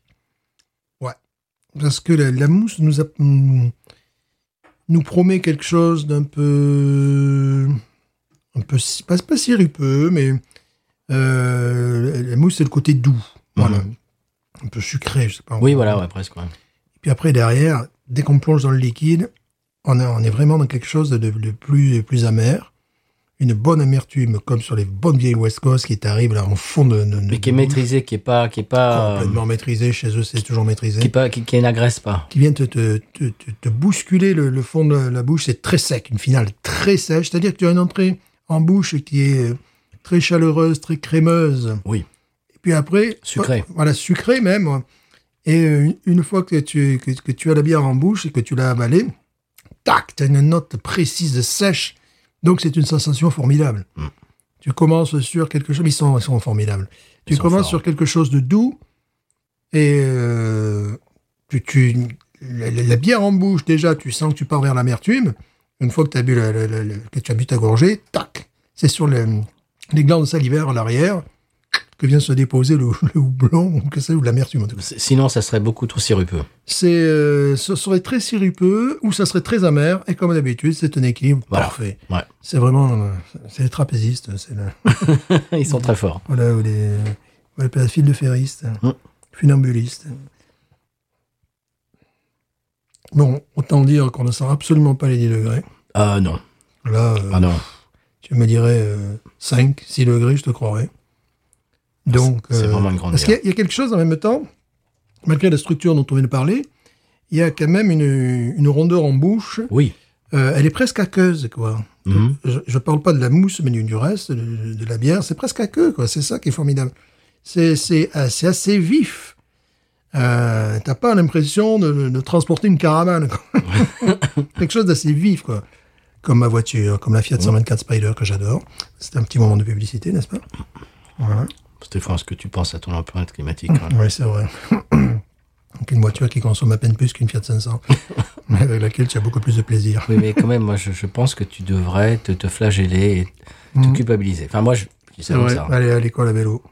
B: Parce que la, la mousse nous, a- nous promet quelque chose d'un peu... Un peu si- pas, pas sirupeux, mais euh, la mousse, c'est le côté doux. Voilà. Un peu sucré, je sais pas.
A: Mhm. Oui, voilà, ouais, presque. ouais.
B: Puis après, derrière, dès qu'on plonge dans le liquide, on, a- on est vraiment dans quelque chose de, de plus, de plus amer. Une bonne amertume, comme sur les bonnes vieilles West Coast qui t'arrivent là en fond de. de-
A: Mais
B: de
A: qui est
B: bouche,
A: maîtrisé, qui est pas, qui est pas, euh,
B: Complètement maîtrisé. Chez eux, c'est toujours maîtrisé.
A: qui est
B: Qui,
A: pas, qui, qui n'agresse pas.
B: vient te, te, te, te- te bousculer le, le fond de la bouche. C'est très sec. Une finale très sèche. C'est-à-dire que tu as une entrée en bouche qui est euh, très chaleureuse, très crémeuse.
A: Oui.
B: Et puis après. oh,
A: Sucré.
B: Voilà, sucré même. Et euh, une fois que tu, que, que tu as la bière en bouche et que tu l'as avalée, tac, tu as une note précise, sèche. Donc c'est une sensation formidable.
A: Mm.
B: Tu commences sur quelque chose, ils sont, ils sont formidables.
A: Ils
B: tu
A: sont
B: commences
A: forts.
B: sur quelque chose de doux et euh, tu, tu- la, la- la bière en bouche, déjà, tu sens que tu pars vers l'amertume. Une fois que, t'as bu la- la- la- la- que tu as bu ta gorgée, tac, c'est sur les, les glandes salivaires à l'arrière que vient se déposer le, le houblon ou que c'est ou de l'amertume en tout cas.
A: C- Sinon, ça serait beaucoup trop sirupeux.
B: C'est, euh, ce serait très sirupeux ou ça serait très amer. Et comme d'habitude, c'est un équilibre
A: Voilà.
B: parfait.
A: Ouais.
B: C'est vraiment, euh, c'est les trapézistes, c'est le,
A: Ils sont très forts.
B: voilà, ou les, ou les fil de ferriste,
A: Hum.
B: funambuliste. Bon, autant dire qu'on ne sent absolument pas les 10 degrés.
A: Ah non.
B: Là, euh,
A: Ah non.
B: tu me dirais 5, 6 degrés, je te croirais. Donc,
A: Ah,
B: euh,
A: C'est vraiment une grande
B: Parce qu'il y,
A: bière.
B: a- il y a quelque chose en même temps, malgré la structure dont on vient de parler, il y a quand même une, une rondeur en bouche.
A: Oui.
B: Euh, elle est presque aqueuse, quoi.
A: Mhm.
B: Je ne parle pas de la mousse, mais du, du reste, de, de la bière. C'est presque aqueux, quoi. C'est ça qui est formidable. C'est c'est assez, assez vif. Euh, T'as pas l'impression de, de transporter une caravane, quoi. quelque chose d'assez vif, quoi. Comme ma voiture, comme la Fiat 124 Spider que j'adore. C'était un petit moment de publicité, n'est-ce pas Voilà.
A: Stéphane, ce que tu penses à ton empreinte climatique. hein.
B: Oui, c'est vrai. Donc une voiture qui consomme à peine plus qu'une Fiat 500, mais avec laquelle tu as beaucoup plus de plaisir.
A: Oui, mais quand même, moi, je, je pense que tu devrais te, te flageller et te culpabiliser. Enfin, moi, je dis ça comme ça.
B: Aller à l'école à vélo,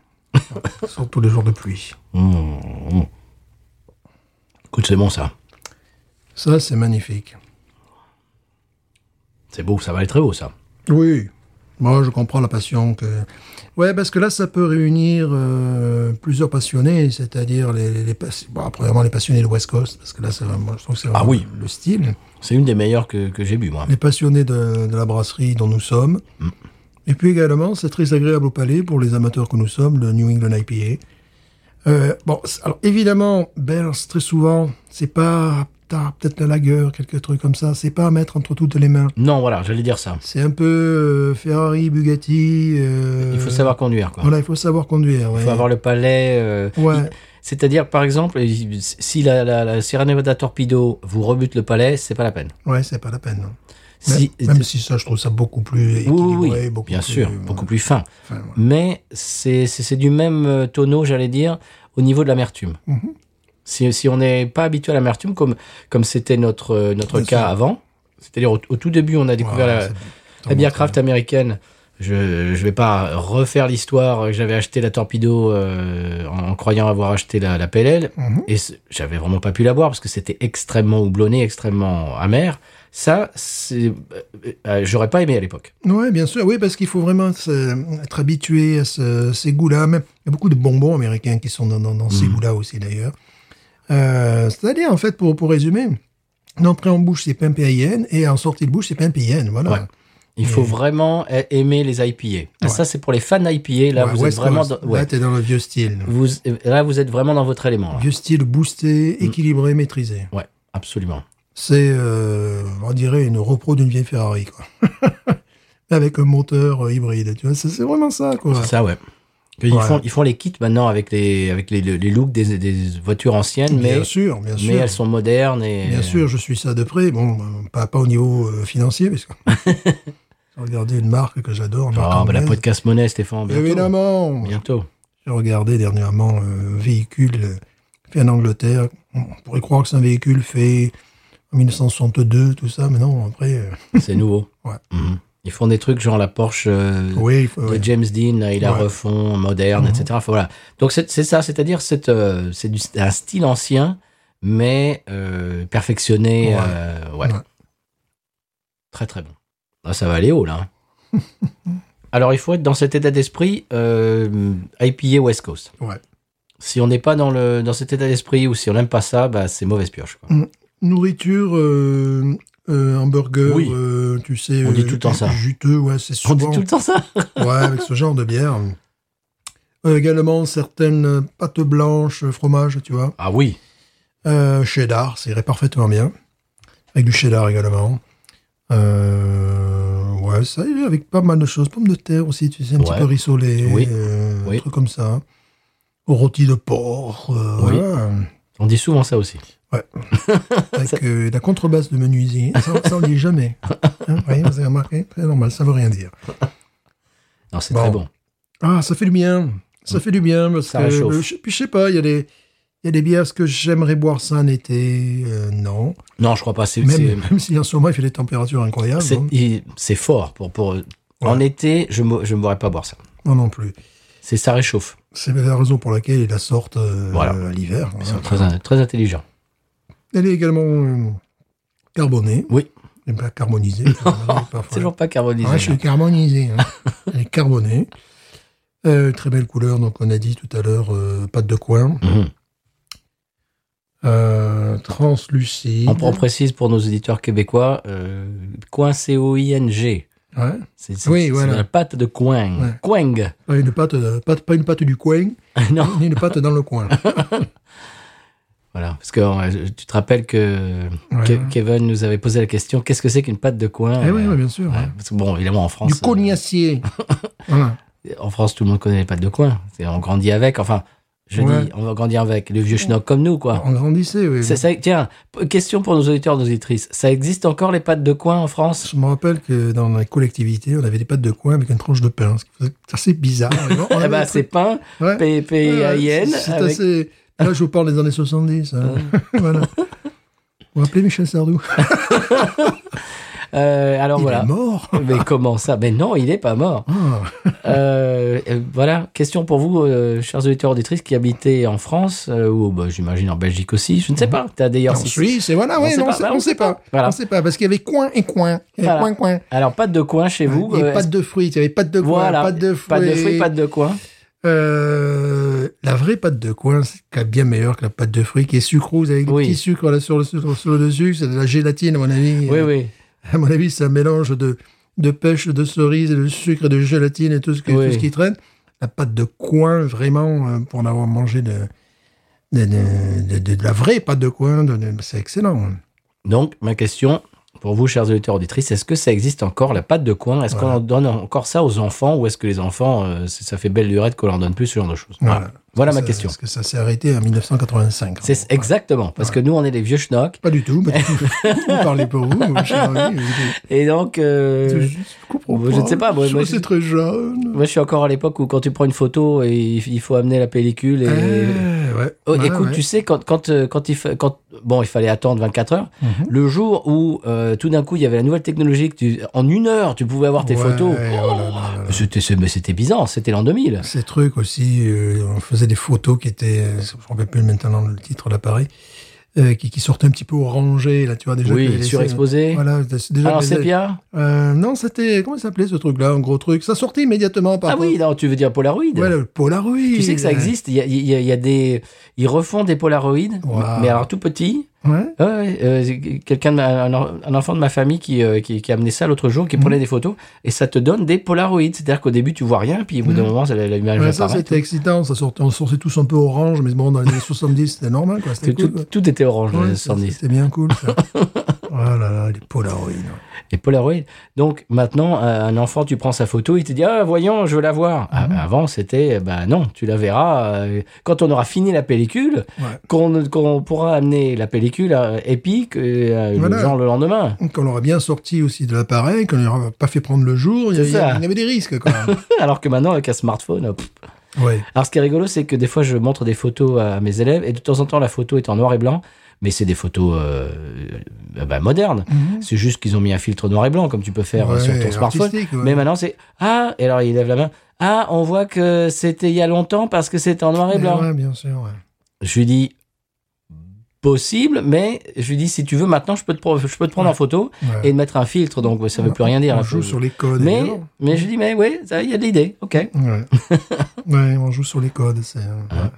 B: surtout les jours de pluie.
A: Mmh, mmh. Écoute, c'est bon, ça.
B: Ça, c'est magnifique.
A: C'est beau, ça va aller très haut, ça.
B: Oui, moi je comprends la passion que... Ouais, parce que là, ça peut réunir euh, plusieurs passionnés, c'est-à-dire les, les, les pass- bon, premièrement les passionnés de West Coast, parce que là, c'est vraiment, je trouve que c'est vraiment
A: oui.
B: le style.
A: C'est une des meilleures que, que j'ai bu, moi.
B: les passionnés de, de la brasserie dont nous sommes.
A: Mm.
B: Et puis également, c'est très agréable au palais pour les amateurs que nous sommes de New England IPA. Euh, bon, c- alors évidemment, Bears, très souvent, c'est pas t'as peut-être la lagueur, quelques trucs comme ça, c'est pas à mettre entre toutes les mains.
A: Non, voilà, j'allais dire ça.
B: C'est un peu euh, Ferrari, Bugatti. euh,
A: Il faut savoir conduire, quoi.
B: Voilà, il faut savoir conduire.
A: Il
B: ouais.
A: faut avoir le palais. euh,
B: Ouais.
A: il- C'est-à-dire, par exemple, il- si la, la, la Sierra Nevada Torpedo vous rebute le palais, c'est pas la peine.
B: Ouais, c'est pas la peine. non.
A: Si-
B: même, même si ça, je trouve ça beaucoup plus
A: Oui, oui,
B: équilibré,
A: oui,
B: beaucoup
A: bien
B: plus- euh,
A: sûr, beaucoup plus fin.
B: Enfin, voilà.
A: Mais c'est c'est- c'est du même euh, tonneau, j'allais dire, au niveau de l'amertume.
B: Mhm.
A: Si, si on n'est pas habitué à l'amertume, comme comme c'était notre, euh, notre
B: Bien
A: cas
B: sûr.
A: avant, c'est-à-dire au, au tout début, on a découvert
B: Voilà,
A: la-
B: c'est-
A: La bière craft américaine. Je ne vais pas refaire l'histoire. J'avais acheté la Torpedo euh, en, en croyant avoir acheté la, la PLL.
B: Mhm.
A: Et c- j'avais vraiment pas pu la boire parce que c'était extrêmement houblonné, extrêmement amer. Ça, c'est- euh, euh, j'aurais pas aimé à l'époque.
B: Oui, bien sûr. Oui, parce qu'il faut vraiment se- être habitué à ce- ces goûts-là. Même, il y a beaucoup de bonbons américains qui sont dans, dans- dans
A: Mhm.
B: ces goûts-là aussi, d'ailleurs. Euh, C'est-à-dire, en fait, pour, pour résumer, l'entrée en bouche, c'est pimpérienne, et en sortie de bouche, c'est pimpérienne. Voilà.
A: Ouais. Il faut vraiment a- aimer les IPA. Ah,
B: Mhm. Ouais.
A: Ça, c'est pour les fans IPA. Là,
B: Ouais,
A: vous êtes
B: West
A: vraiment
B: Coast. Bah,
A: dans, ouais.
B: Là, t'es dans le vieux style.
A: vous, euh, là, vous êtes vraiment dans votre élément. là.
B: Vieux style
A: Mhm.
B: boosté, équilibré, maîtrisé.
A: Ouais, absolument.
B: C'est, euh, on dirait, une repro d'une vieille Ferrari, quoi. Mais Avec un moteur euh, hybride, tu vois. C'est c'est vraiment ça, quoi.
A: C'est ça, ouais. Ils,
B: Ouais.
A: font, ils font les kits maintenant avec les, avec les, les looks des, des voitures anciennes, mais,
B: bien sûr, bien sûr.
A: mais elles sont modernes. Et, euh,
B: Bien sûr, je suis ça de près. Bon, ben, pas, pas au niveau euh, financier, parce que. J'ai regardé une marque que j'adore. une marque
A: Oh, bah, la
B: anglaise.
A: podcast monnaie, Stéphane.
B: Eh
A: Bientôt.
B: Évidemment
A: Bientôt.
B: J'ai regardé dernièrement euh, un véhicule euh, fait en Angleterre. On pourrait croire que c'est un véhicule fait en 1962, tout ça, mais non, après. euh,
A: C'est nouveau.
B: Ouais.
A: Mhm. Ils font des trucs genre la Porsche euh,
B: oui, il faut-
A: de
B: oui.
A: James Dean, là, ils la
B: Ouais. Mhm.
A: refont moderne, etc. Enfin, voilà. Donc c'est c'est ça, c'est-à-dire c'est euh, c'est du- un style ancien, mais euh, perfectionné.
B: Ouais.
A: euh, ouais.
B: Ouais.
A: Très très bon. Ah, ça va aller haut là. hein. Alors il faut être dans cet état d'esprit euh, IPA West Coast.
B: Ouais.
A: Si on n'est pas dans, le, dans cet état d'esprit ou si on n'aime pas ça, bah, c'est mauvaise pioche. quoi.
B: Nourriture, euh, euh, hamburger,
A: Oui.
B: euh, tu sais.
A: On dit
B: euh,
A: tout le temps ça.
B: Juteux, ouais, c'est
A: On
B: souvent.
A: dit tout le temps ça
B: Ouais, avec ce genre de bière. Euh, également, certaines pâtes blanches, fromage, tu vois.
A: Ah oui.
B: Euh, cheddar, ça irait parfaitement bien. Avec du cheddar également. Euh, ouais, ça irait avec pas mal de choses. Pommes de terre aussi, tu sais, un
A: Ouais.
B: petit peu rissolé.
A: Oui.
B: euh,
A: Oui.
B: Un truc comme ça. Rôti de porc. euh,
A: Oui.
B: voilà.
A: On dit souvent ça aussi.
B: Avec euh, la contrebasse de menuisier. Ça, ça, on le dit jamais. Hein, vous voyez, vous avez remarqué C'est normal, ça veut rien dire.
A: Non, c'est
B: Bon.
A: très bon.
B: Ah, ça fait du bien. Ça fait du bien. Parce
A: Mm. Ça
B: que,
A: réchauffe.
B: euh, je- puis je sais pas, il y a des. Il y a des bières, est-ce que j'aimerais boire ça en été Euh, Non.
A: Non, je crois pas. C'est c'est-
B: Même, même si en ce moment il fait des températures incroyables.
A: c'est-
B: hein.
A: il- c'est fort pour pour. En été, je me je me pourrais pas boire ça.
B: Moi non plus.
A: C'est ça réchauffe.
B: C'est la raison pour laquelle ils la sortent euh,
A: Voilà.
B: à l'hiver.
A: Ils
B: hein.
A: sont très très intelligents.
B: Elle est également euh, carbonée.
A: Oui.
B: Elle n'est pas carbonisée.
A: C'est toujours pas carbonisé.
B: Ouais, Ah, je suis carbonisé. hein. Elle est carbonée. Euh, très belle couleur, donc on a dit tout à l'heure, euh, pâte de coin.
A: Mhm.
B: Euh, translucide.
A: On, on précise pour nos auditeurs québécois, euh, coin C O I N G.
B: Ouais.
A: C'est c'est-
B: Oui,
A: c'est
B: voilà.
A: la pâte de coin.
B: Ouais.
A: Coing.
B: Pas une pâte, euh, pâte- pas une pâte du coin,
A: non,
B: ni une pâte dans le coin.
A: voilà, parce que euh, tu te rappelles que
B: Ouais.
A: Ke- Kevin nous avait posé la question, qu'est-ce que c'est qu'une pâte de coin
B: Eh oui,
A: Euh,
B: oui, bien sûr.
A: ouais, parce que bon, évidemment en France, euh,
B: Du cognacier. voilà.
A: en France tout le monde connaît les pâtes de coin. C'est- On grandit avec. Enfin, je
B: Ouais.
A: dis, on va grandir avec le vieux schnock comme nous, quoi.
B: On grandissait, oui.
A: Ah. Ça- ça- tiens, p- question pour nos auditeurs, nos auditrices. Ça existe encore les pâtes de coin en France
B: Je me rappelle que dans la collectivité, on avait des pâtes de coin avec une tranche de pain. ce qui faisait- C'est assez bizarre. vraiment. On
A: Eh
B: avait
A: ben,
B: des
A: c'est
B: trucs-
A: pain,
B: Ouais.
A: p p a
B: Ouais, c'est- C'est assez. Là, je vous parle des années 70. hein. voilà. On va appeler Michel Sardou.
A: euh, alors Ah,
B: Il
A: voilà.
B: est mort.
A: Mais comment ça Mais non, il n'est pas mort.
B: Ah.
A: Euh, euh, voilà, question pour vous, euh, chers auditeurs auditrices qui habitez en France, euh, ou bah, j'imagine en Belgique aussi, je ne sais
B: Mhm.
A: pas. T'as d'ailleurs.
B: en
A: si-
B: Suisse, et voilà,
A: On
B: ouais,
A: sait
B: non,
A: pas,
B: on sait-
A: bah,
B: on sait pas.
A: Voilà.
B: On sait pas, parce qu'il y avait coin et coin. Il y avait
A: Voilà.
B: coin, coin.
A: Alors, pâte de coin chez vous
B: Il y
A: euh,
B: avait pas de fruits, il y avait pas de coin,
A: Voilà.
B: pas de fruits.
A: Pâte de fruits, pâte de coin.
B: Euh, la vraie pâte de coin, c'est quand même bien meilleur que la pâte de fruits qui est sucrose avec
A: Oui.
B: du petit sucre là, sur, le, sur, sur le dessus. C'est de la gélatine, à mon avis. euh,
A: Oui, oui.
B: À mon avis, c'est un mélange de, de pêche, de cerise, et de sucre, et de gélatine et tout ce, que-
A: Oui.
B: tout ce qui traîne. La pâte de coin, vraiment, euh, pour en avoir mangé de, de, de- de- de- de la vraie pâte de coin, de- de- c'est excellent.
A: Ah. Donc, ma question pour vous, chers auditeurs auditrices, est-ce que ça existe encore, la pâte de coin Est-ce qu'on
B: Voilà.
A: en donne encore ça aux enfants ou est-ce que les enfants, euh, c'est- ça fait belle lurette qu'on leur donne plus ce genre de choses Voilà, Voilà ma
B: Ça-
A: question.
B: Parce que ça s'est arrêté en 1985.
A: C'est
B: Ouais.
A: exactement, parce que nous, on est des vieux schnocks.
B: Pas du tout, mais vous parlez pour vous, cher ami.
A: Et donc, euh,
B: Je, je comprends
A: je ne sais pas, moi,
B: Je
A: moi,
B: trouve que c'est très jeune.
A: moi, je suis encore à l'époque où quand tu prends une photo, il, il faut amener la pellicule et.
B: Eh, ouais.
A: Oh,
B: Ouais,
A: écoute,
B: ouais.
A: tu sais, quand, quand, euh, quand, il fa- quand bon, il fallait attendre 24 heures,
B: Mhm.
A: le jour où euh, tout d'un coup il y avait la nouvelle technologie, que tu- en une heure tu pouvais avoir tes
B: Ouais,
A: photos.
B: oh là là là là.
A: C'était c'est- mais c'était bizarre, c'était l'an 2000.
B: Ces trucs aussi, euh, on faisait des photos qui étaient, euh, je ne me rappelle plus maintenant le titre de l'appareil, euh, qui, qui sortaient un petit peu orangé, là, tu vois, déjà. que les-
A: oui, surexposé.
B: Voilà, c'est déjà.
A: Alors
B: que les-
A: c'est bien.
B: Euh, non, c'était, comment il s'appelait ce truc-là, un gros truc Ça sortait immédiatement par
A: Ah oui, non, tu veux dire Polaroid
B: Ouais, le Polaroid.
A: Tu sais que ça existe, il y a, il y a- il y a des, ils refont des Polaroids,
B: Waouh.
A: mais alors tout petit.
B: Ouais.
A: Ouais, ouais, euh, quelqu'un, de ma- un, en- un enfant de ma famille qui, euh, qui, qui a amené ça l'autre jour,
B: Mhm.
A: qui prenait des photos, et ça te donne des Polaroids. C'est-à-dire qu'au début tu vois rien, puis au bout d'un
B: Mhm.
A: moment ça- la- l'image
B: Ouais, ça,
A: apparaît.
B: c'était excitant. Ça sortait, on sortait tous un peu orange, mais bon, dans les années 70, c'était normal, quoi. C'était
A: Tout,
B: cool.
A: tout- tout était orange euh, dans les
B: quoi. Ouais,
A: années
B: ça,
A: 70.
B: C'était bien cool, ça. oh là là, les Polaroids. ouais.
A: Et Polaroid. Donc maintenant, un un enfant, tu prends sa photo, il te dit Ah, voyons, je veux la voir. Ah,
B: Mhm.
A: bah, avant, c'était Bah non, tu la verras euh, quand on aura fini la pellicule,
B: Ouais.
A: qu'on qu'on pourra amener la pellicule à épique, euh,
B: Voilà.
A: le genre le lendemain.
B: Qu'on aurait bien sorti aussi de l'appareil, qu'on n'aurait pas fait prendre le jour, il y,
A: C'est
B: avait,
A: ça.
B: il y avait des risques, quoi.
A: Alors que maintenant, avec un smartphone. hop.
B: ouais.
A: Alors ce qui est rigolo, c'est que des fois, je montre des photos à mes élèves et de temps en temps, la photo est en noir et blanc, mais c'est des photos euh, euh, bah, modernes. C'est juste qu'ils ont mis un filtre noir et blanc, comme tu peux faire euh, sur ton
B: Mm. Ouais,
A: smartphone.
B: artistique, ouais.
A: Mais maintenant, c'est Ah Et alors, il lève la main. Ah, on voit que c'était il y a longtemps parce que c'était en noir et
B: Mais
A: blanc.
B: ouais, bien sûr, ouais.
A: Je lui dis Possible, mais je lui dis Si tu veux, maintenant, je peux te, pro- je peux te prendre en photo
B: Ouais.
A: et te mettre un filtre. Donc, ça ne veut
B: On-
A: plus rien dire.
B: On
A: la
B: joue
A: photo.
B: sur les codes.
A: mais,
B: évidemment.
A: mais je lui dis Mais oui, ça, il y a de l'idée. OK.
B: Ouais. Ouais, on joue sur les codes. C'est...
A: Ah.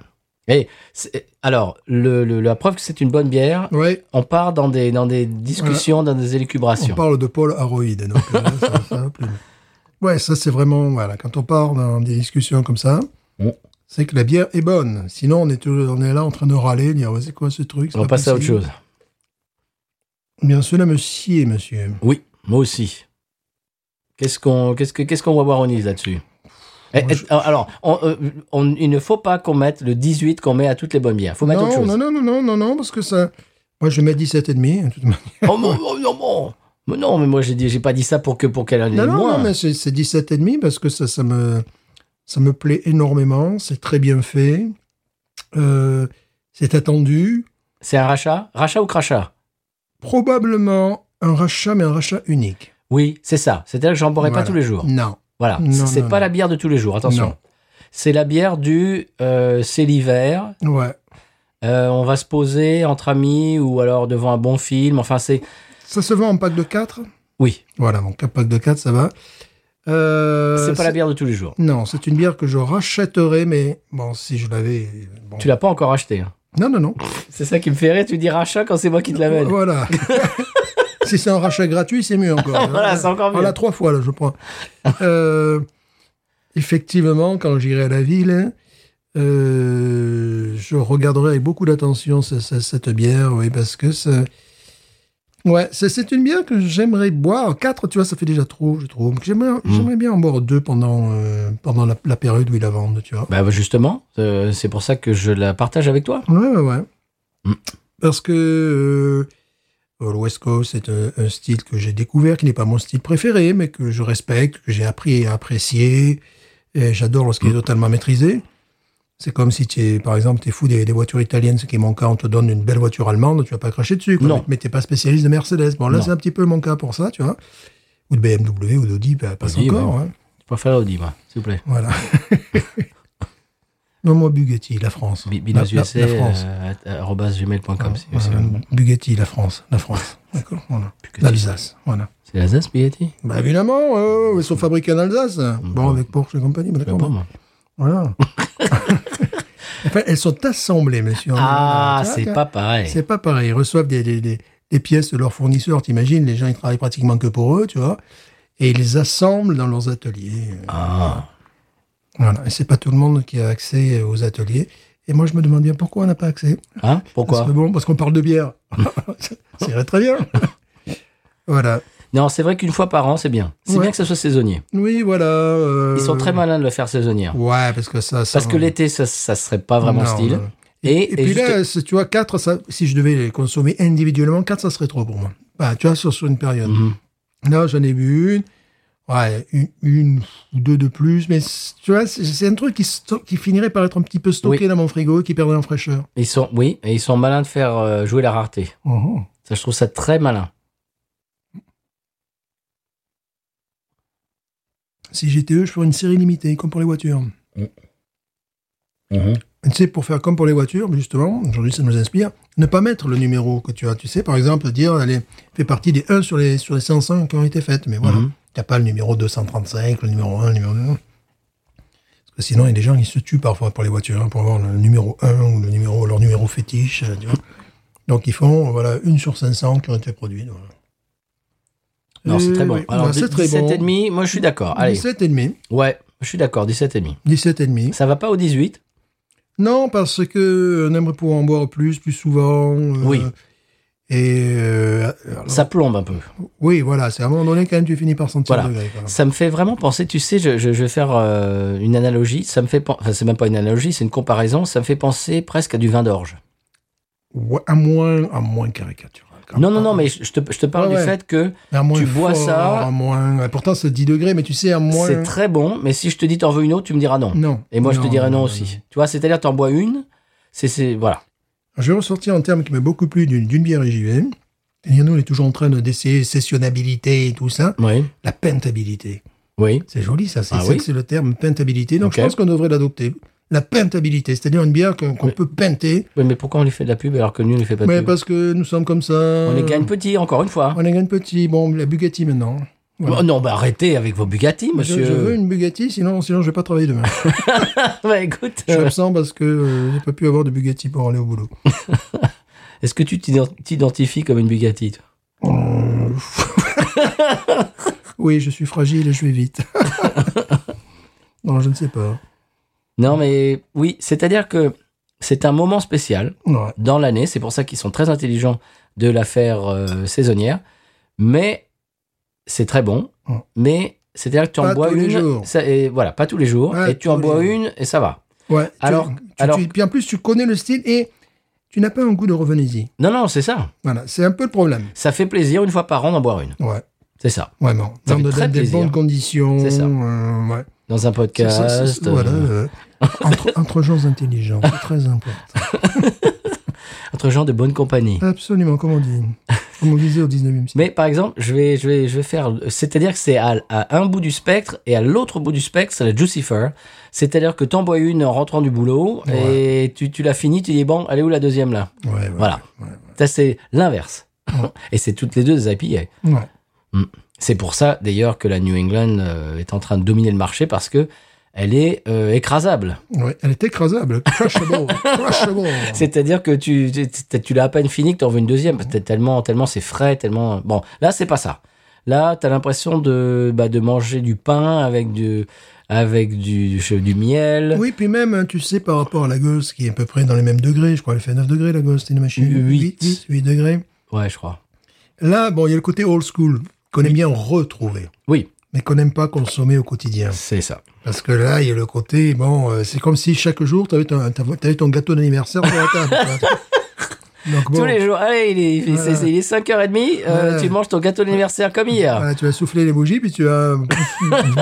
B: euh,
A: C'est- Alors, le- le- la preuve que c'est une bonne bière,
B: Ouais. Ouais,
A: on part dans des, dans des discussions, dans des élucubrations.
B: on parle de Paul Aroïde. Donc, euh, ça, ça va plus loin. ouais, ça c'est vraiment. Voilà, quand on part dans des discussions comme ça,
A: Ouais.
B: c'est que la bière est bonne. Sinon, on est, toujours- on est là en train de râler, de dire Ouais, c'est quoi ce truc C'est
A: On
B: pas
A: passe à autre
B: possible.
A: chose.
B: Bien, cela me scie, monsieur.
A: Oui, moi aussi. Qu'est-ce qu'on qu'est-ce que- qu'est-ce qu'on va voir au Nice là-dessus Eh,
B: Moi,
A: eh,
B: je-
A: Alors, on, euh, on- il ne faut pas qu'on mette le 18 qu'on met à toutes les bonnes bières. faut mettre autre
B: Non,
A: chose.
B: non, non, non, non, non, non, parce que ça. Moi, je mets 17,5. hein, de toute manière.
A: Oh, non, non, non, non. Mais non, mais moi, j'ai dit- j'ai pas dit ça pour que pour qu'elle en ait
B: Non, non,
A: moins.
B: non, mais c'est c'est 17,5 parce que ça, ça me, ça me plaît énormément. C'est très bien fait. Euh, c'est attendu.
A: C'est un rachat Rachat ou crachat
B: Probablement un rachat, mais un rachat unique.
A: Oui, c'est ça. C'est-à-dire que j'en boirai
B: Voilà.
A: pas tous les jours.
B: Non.
A: Voilà.
B: Non,
A: C'est
B: non,
A: pas
B: non.
A: la bière de tous les jours, attention.
B: Non.
A: C'est la bière du euh, c'est l'hiver,
B: Ouais.
A: euh, on va se poser entre amis ou alors devant un bon film. Enfin, c'est.
B: Ça se vend en pack de 4.
A: Oui,
B: Voilà, donc un pack de 4, ça va. Euh,
A: c'est pas la bière de tous les jours.
B: Non, c'est une bière que je rachèterais, mais bon, si je l'avais. bon.
A: Tu l'as pas encore achetée. hein.
B: Non, non, non.
A: C'est ça qui me fait rire, tu dis rachat quand c'est moi qui te l'amène.
B: Voilà. si c'est un rachat gratuit, c'est mieux encore.
A: Voilà, c'est encore mieux.
B: Voilà, trois fois, là, je prends. Euh, effectivement, quand j'irai à la ville, euh, je regarderai avec beaucoup d'attention ce- ce- cette bière, oui, parce que ça... Ouais, c'est- c'est une bière que j'aimerais boire. Quatre, tu vois, ça fait déjà trop, je trouve. J'aimerais j'aimerais bien en boire deux pendant, euh, pendant la, la période où ils la vendent, tu vois.
A: Bah bah, justement, euh, c'est pour ça que je la partage avec toi.
B: Ouais, ouais, ouais.
A: Mm.
B: Parce que euh, le West Coast, c'est un, un style que j'ai découvert, qui n'est pas mon style préféré, mais que je respecte, que j'ai appris à apprécier. Et j'adore lorsqu'il
A: Mm.
B: est totalement maîtrisé. C'est comme si, tu es, par exemple, tu es fou des, des voitures italiennes, ce qui est mon cas, on te donne une belle voiture allemande, tu vas pas cracher dessus. quoi.
A: Non.
B: Mais tu pas spécialiste de Mercedes. Bon, là,
A: Non.
B: c'est un petit peu mon cas pour ça, tu vois. Ou de BMW ou d'Audi, bah, pas
A: Audi,
B: encore. hein.
A: Je préfère Audi, moi, s'il vous plaît.
B: Voilà. non, moi, Bugatti, la France.
A: Bi-
B: La- la-
A: binoususa,
B: la France.
A: euh, at- arobase gmail.com, c'est-
B: Ouais,
A: c'est-
B: ouais, Bugatti, la France. La France. D'accord, voilà.
A: Bugatti.
B: L'Alsace, voilà.
A: C'est l'Alsace, Bugatti
B: Bah évidemment,
A: Mmh.
B: euh, ils sont fabriqués en Alsace. Bon, avec Porsche et compagnie, bah,
A: Même
B: d'accord.
A: pas,
B: bah,
A: moi.
B: Voilà. enfin, elles sont assemblées, monsieur.
A: Ah,
B: Tu vois, tu
A: c'est
B: vois,
A: pas pareil.
B: C'est pas pareil. Ils reçoivent des, des, des- des pièces de leurs fournisseurs, t'imagines. Les gens, ils travaillent pratiquement que pour eux, tu vois. Et ils les assemblent dans leurs ateliers.
A: Ah.
B: Voilà. Et c'est pas tout le monde qui a accès aux ateliers. Et moi, je me demande bien pourquoi on n'a pas accès.
A: Hein
B: Parce
A: Pourquoi
B: que bon, parce qu'on parle de bière. Ça irait très bien. voilà.
A: Non, c'est vrai qu'une fois par an, c'est bien. C'est
B: Ouais.
A: bien que ce soit saisonnier.
B: Oui, voilà. euh,
A: Ils sont très malins de le faire saisonnier.
B: Ouais, parce que ça. ça
A: Parce que l'été, ça, ça serait pas vraiment
B: Non,
A: style.
B: non.
A: Et,
B: Et, puis
A: juste-
B: là, c'est- tu vois, 4, si je devais les consommer euh, individuellement, 4, ça serait trop pour moi. Bah, tu vois, sur, sur une période.
A: Mhm.
B: Là, j'en ai bu une. ouais, une, une ou deux de plus. Mais c- tu vois, c'est- c'est un truc qui, sto- qui finirait par être un petit peu stocké
A: Oui.
B: dans mon frigo et qui perdrait en fraîcheur.
A: Ils sont, oui, et ils sont malins de faire euh, jouer la rareté.
B: Mhm.
A: Ça, je trouve ça très malin.
B: Si j'étais eux, je ferais une série limitée, comme pour les voitures. Tu sais, pour faire comme pour les voitures, justement, aujourd'hui ça nous inspire, ne pas mettre le numéro que tu as. Tu sais, par exemple, dire, elle est- fait partie des 1 sur les, sur les 105 qui ont été faites. Mais voilà,
A: Mhm.
B: tu n'as pas le numéro 235, le numéro 1, le numéro 2. Parce que sinon, il y a des gens qui se tuent parfois pour les voitures, hein, pour avoir le numéro 1 ou le numéro, leur numéro fétiche. euh, tu vois. Donc, ils font, voilà, 1 sur 500 qui ont été produites. Voilà.
A: Non, c'est
B: Euh,
A: très bon.
B: oui,
A: Alors,
B: bah, c'est très
A: 17
B: bon.
A: et demi, moi, je suis d'accord. Allez,
B: 17,5.
A: ouais, je suis d'accord, 17 et demi.
B: 17,5.
A: Ça va pas au 18
B: Non, parce que euh, on aimerait pouvoir en boire plus, plus souvent. euh,
A: Oui.
B: Et euh, alors-
A: Ça plombe un peu.
B: oui, voilà, c'est à un moment donné quand même tu finis par sentir
A: Voilà.
B: le degré, quand même.
A: Ça me fait vraiment penser, tu sais, je, je- je vais faire euh, une analogie. Ça me fait, pen- enfin, c'est même pas une analogie, c'est une comparaison. Ça me fait penser presque à du vin d'orge.
B: Ouais, à moins, à moins caricatural. quand
A: Non, non,
B: même.
A: non, mais je je te, je te parle
B: Ouais,
A: du
B: ouais.
A: fait que
B: Mais à moins
A: tu bois
B: fort,
A: ça-
B: à moins. ouais, Pourtant, c'est 10 degrés, mais tu sais, à moins.
A: c'est très bon, mais si je te dis t'en veux une autre, tu me diras non.
B: Non.
A: Et moi, je te dirai non, aussi. Tu vois, c'est-à-dire t'en bois une, c'est, c'est, voilà.
B: Je vais ressortir un terme qui m'a beaucoup plu d'une d'une bière IJV. C'est-à-dire, nous, on est toujours en train de- d'essayer sessionnabilité et tout ça.
A: Oui,
B: La pentabilité.
A: oui.
B: C'est joli ça, c'est
A: Ah
B: ça
A: oui
B: que c'est le terme pentabilité. Donc
A: Ok.
B: je pense qu'on devrait l'adopter. La pentabilité, c'est-à-dire une bière qu'on qu'on
A: Oui.
B: peut penter,
A: Oui, mais pourquoi on lui fait de la pub alors que nous, on lui fait pas de
B: mais
A: pub
B: parce que nous sommes comme ça.
A: On les gagne petit, encore une fois.
B: On les gagne petit. Bon, la Bugatti maintenant. Voilà.
A: Oh non, bah arrêtez avec vos Bugatti,
B: Je-
A: monsieur.
B: Je, veux une Bugatti, sinon, sinon je vais pas travailler demain.
A: Bah, écoute,
B: je suis
A: euh,
B: absent parce que euh, j'ai pas pu avoir de Bugatti pour aller au boulot.
A: est-ce que tu t'ident- t'identifies comme une Bugatti toi
B: Oui, je suis fragile et je vais vite. non, je ne sais pas.
A: Non, mais oui, c'est-à-dire que c'est un moment spécial
B: Ouais.
A: dans l'année. C'est pour ça qu'ils sont très intelligents de la faire euh, saisonnière. Mais c'est très bon.
B: Mm.
A: Mais c'est-à-dire que tu en
B: Pas
A: bois
B: tous
A: une.
B: les jours.
A: ça- et voilà, pas tous les jours.
B: Pas
A: et tu en
B: tous les
A: bois
B: jours.
A: une et ça va.
B: Ouais. Tu-
A: Alors-
B: tu-
A: alors-
B: tu- puis en plus, tu connais le style et tu n'as pas un goût de revenez-y.
A: Non, non, c'est ça.
B: Voilà, c'est un peu le problème.
A: Ça fait plaisir une fois par an d'en boire une.
B: Ouais.
A: C'est ça.
B: Vraiment.
A: Ça
B: Dans
A: fait
B: de,
A: très
B: des
A: plaisir.
B: bonnes conditions.
A: C'est ça.
B: euh, ouais.
A: Dans un
B: C'est
A: podcast.
B: ça, c'est- c'est- voilà,
A: euh,
B: euh, entre, entre gens intelligents, c'est très important.
A: Entre gens de bonne compagnie.
B: Absolument, comme on dit. Comme on disait au 19e siècle.
A: Mais par exemple, je vais, je vais, je vais faire. C'est-à-dire que c'est à, à un bout du spectre et à l'autre bout du spectre, c'est la Jucifer. C'est-à-dire que t'en bois une en rentrant du boulot et tu, tu la finis, tu dis bon, elle est où la deuxième là
B: Ouais, ouais,
A: Voilà.
B: ouais,
A: Ça, c'est l'inverse. Et c'est toutes les deux des IPA.
B: ouais.
A: C'est pour ça d'ailleurs que la New England euh, est en train de dominer le marché parce que elle est euh, écrasable.
B: Ouais, Elle est écrasable, crushable, crushable.
A: C'est-à-dire que tu, tu, tu l'as à peine fini que t'en veux une deuxième. parce que Tellement, tellement c'est frais, tellement. Bon, là c'est pas ça. Là, t'as l'impression de, bah, de manger du pain avec du, avec du, je- du miel.
B: Oui, puis même, hein, tu sais, par rapport à la Ghost, qui est à peu près dans les mêmes degrés, je crois, elle fait 9 degrés, la Ghost, c'est une machine.
A: Huit.
B: 8, 8 degrés.
A: Ouais, je crois.
B: Là, bon, il y a le côté old school, qu'on aime bien retrouver,
A: Oui,
B: mais qu'on n'aime pas consommer au quotidien.
A: c'est ça.
B: Parce que là, il y a le côté, bon, euh, c'est comme si chaque jour, tu avais, ton gâteau d'anniversaire sur la table. tu vois. Donc bon,
A: Tous les jours, allez, il est, il est-
B: Voilà.
A: c'est- il est 5h30, euh,
B: Voilà.
A: tu manges ton gâteau d'anniversaire comme hier.
B: voilà, tu vas souffler les bougies, puis tu vas... euh,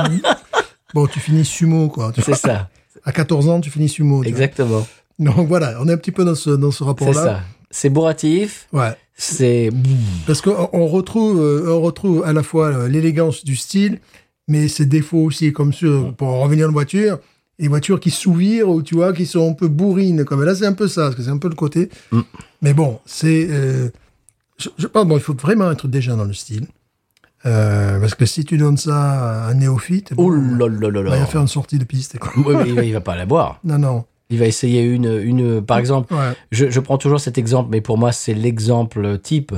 B: bon, tu finis sumo, quoi. Tu-
A: C'est ça,
B: À 14 ans, tu finis sumo. tu vois.
A: exactement.
B: Donc voilà, on est un petit peu dans ce, dans ce
A: C'est
B: rapport-là.
A: ça. C'est bourratif,
B: Ouais.
A: c'est.
B: Parce qu'on on retrouve, euh, on retrouve à la fois euh, l'élégance du style, mais ses défauts aussi, comme sur, pour en revenir en voiture, les voitures qui sourient ou tu vois, qui sont un peu bourrines. Comme là, c'est un peu ça, parce que c'est un peu le côté.
A: Mm.
B: Mais bon, c'est. euh, je, je pense bon, il faut vraiment être déjà dans le style. Euh, parce que si tu donnes ça à un néophyte,
A: Oh
B: bon,
A: là là là
B: il va
A: là. Mm.
B: y faire une sortie de piste. quoi.
A: Oui, mais il va- il va pas la boire.
B: Non, non.
A: Il va essayer une, une, par exemple,
B: Ouais.
A: Je, je prends toujours cet exemple, mais pour moi, c'est l'exemple type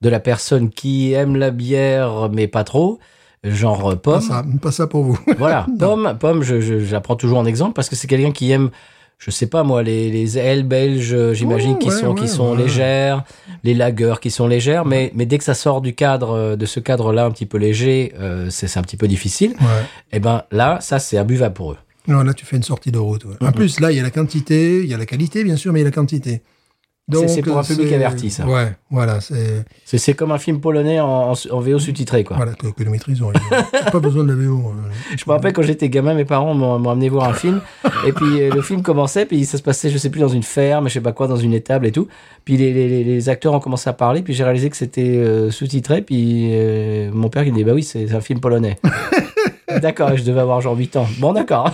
A: de la personne qui aime la bière, mais pas trop. Genre euh,
B: Pas
A: pomme.
B: ça, pas ça pour vous.
A: Voilà, pomme, pomme, je, je, je la prends toujours en exemple parce que c'est quelqu'un qui aime, je sais pas moi, les, les ailes belges, euh, j'imagine,
B: Oh,
A: qui
B: ouais,
A: sont, qui
B: ouais,
A: sont
B: ouais.
A: légères, les lagers qui sont légères, mais, mais dès que ça sort du cadre, euh, de ce cadre-là un petit peu léger, euh, c'est c'est un petit peu difficile.
B: Ouais.
A: Et ben là, ça, c'est imbuvable pour eux. Mhm.
B: Non, là, tu fais une sortie de route. ouais. En plus, là, il y a la quantité, il y a la qualité, bien sûr, mais il y a la quantité.
A: C'est- c'est pour un public
B: c'est-
A: averti, ça.
B: Ouais, voilà, c'est
A: C'est- C'est comme un film polonais en, en, en VO sous-titré, quoi.
B: voilà que, que nous maîtrisons. évidemment. pas besoin de la VO. euh,
A: Je me rappelle quand j'étais gamin, mes parents m'ont m'ont amené voir un film. et puis euh, le film commençait, puis ça se passait, je sais plus, dans une ferme, je sais pas quoi, dans une étable et tout. Puis les, les- les- les acteurs ont commencé à parler, puis j'ai réalisé que c'était euh, sous-titré. Puis euh, mon père, il me dit Bah oui, c'est c'est un film polonais. d'accord, et je devais avoir genre 8 ans. Bon, d'accord.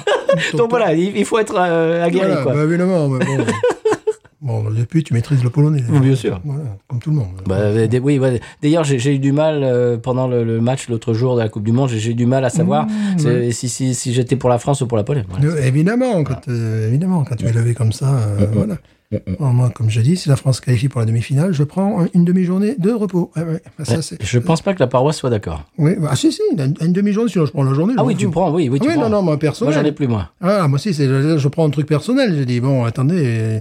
A: Donc voilà, il, il faut être euh, aguerri,
B: Voilà,
A: quoi.
B: bah, évidemment. mais bon. bon, depuis, tu maîtrises le polonais.
A: Oui, bien sûr.
B: Voilà, comme tout le monde.
A: Bah, euh, d- oui, ouais. d'ailleurs, j'ai- j'ai eu du mal euh, pendant le, le match l'autre jour de la Coupe du Monde, j'ai- j'ai eu du mal à
B: Mmh,
A: savoir c'est- si, si, si j'étais pour la France ou pour la Pologne. Voilà.
B: Euh, Évidemment, quand, euh, évidemment, quand tu es levé comme ça, euh, voilà. Alors, moi, comme j'ai dit, si la France se qualifie pour la demi-finale, je prends un- une demi-journée de repos. Ouais, ouais. Bah, ça, c'est-
A: Je pense pas que la paroisse soit d'accord.
B: Oui, bah, ah, si, si, une, une demi-journée, sinon je prends la journée.
A: Ah
B: je
A: oui,
B: m'en
A: tu
B: fous.
A: prends, oui, oui, tu
B: Oui,
A: prends.
B: non, non, moi,
A: Moi,
B: personnel.
A: j'en ai plus, moi.
B: Ah, moi aussi, c'est, je, je prends un truc personnel. J'ai dit, bon, attendez, euh,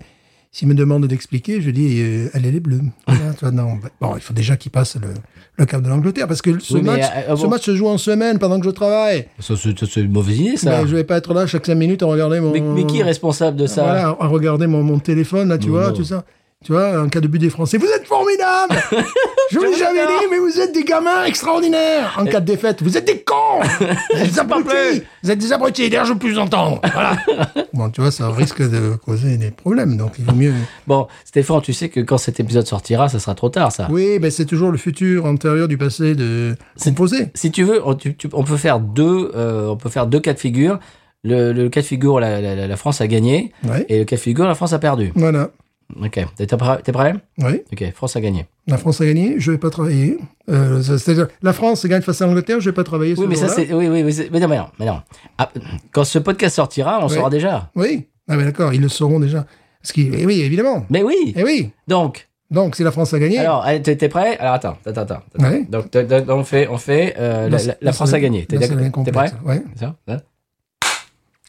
B: s'il me demande d'expliquer, je dis, euh, allez les bleus. Voilà, tu vois, non, bah, bon, il faut déjà qu'ils passent le, le cap de l'Angleterre, parce que ce,
A: Oui, mais,
B: match,
A: euh,
B: ce
A: avant-
B: match se joue en semaine pendant que je travaille.
A: Ça, C'est c'est- c'est une mauvaise idée, ça.
B: Ben, je vais pas être là chaque 5 minutes à regarder mon.
A: mais, mais qui est responsable de ça
B: Voilà, à regarder mon, mon téléphone, là, tu
A: Non,
B: vois,
A: non.
B: tout ça. Tu vois, en cas de but des Français, vous êtes formidables Je vous l'ai jamais
A: adore.
B: dit, mais vous êtes des gamins extraordinaires En cas de défaite, vous êtes des cons Vous êtes des abrutis Vous êtes des abrutis, d'ailleurs, je veux plus vous entendre Voilà Bon, tu vois, ça risque de causer des problèmes, donc il vaut mieux...
A: Bon, Stéphane, tu sais que quand cet épisode sortira, ça sera trop tard, ça.
B: Oui, ben c'est toujours le futur antérieur du passé de...
A: C'est-
B: composé.
A: Si tu veux, on, tu- tu- on peut faire deux, euh, on peut faire deux cas de figure. Le, le cas de figure, la, la- la- la France a gagné,
B: Ouais.
A: et le cas de figure, la France a perdu.
B: Voilà.
A: Ok, t'es t'es prêt t'es prêt
B: Oui.
A: Ok, France a gagné.
B: La France a gagné, je vais pas travailler. Euh, ça- C'est-à-dire, la France gagne face à l'Angleterre, je vais pas travailler ce
A: Oui, mais ça,
B: jour-là.
A: c'est. Oui, oui, oui, c'est- mais non, mais non. mais non. Ah, quand ce podcast sortira, on
B: Oui.
A: saura déjà.
B: Oui, ah ben d'accord, ils le sauront déjà. Parce qu'ils- eh oui, évidemment.
A: Mais oui
B: Eh oui.
A: Donc,
B: Donc, si la France a gagné, Ah
A: Alors, allez, t'es t'es prêt Alors, attends, attends, attends. attends.
B: Ouais.
A: Donc, t'as- t'as- on fait, on fait euh, la,
B: Dans-
A: la- la
B: dans
A: France
B: ce-
A: a gagné. T'es
B: dans ce
A: d'accord
B: lien
A: T'es prêt
B: complexe, ouais.
A: C'est ça Hein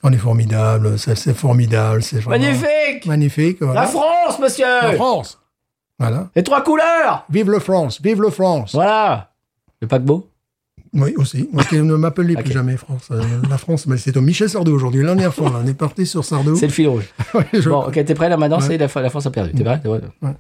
B: On est formidable, ça, c'est formidable, c'est vraiment-
A: Magnifique
B: Magnifique, voilà.
A: La France, monsieur
B: La France. Voilà.
A: Les trois couleurs
B: Vive le France, vive le France.
A: Voilà Le paquebot
B: Oui, aussi. Moi, qui ne m'appelez plus
A: Ok.
B: jamais France. Euh, la France, mais c'est au Michel Sardou aujourd'hui, la dernière fois. là. On est parti sur Sardou.
A: C'est le fil rouge.
B: Ouais, je-
A: Bon, ok, t'es prêt là maintenant
B: Ouais. Mmh.
A: C'est la, Fran- la France a perdu. T'es prêt T'es prêt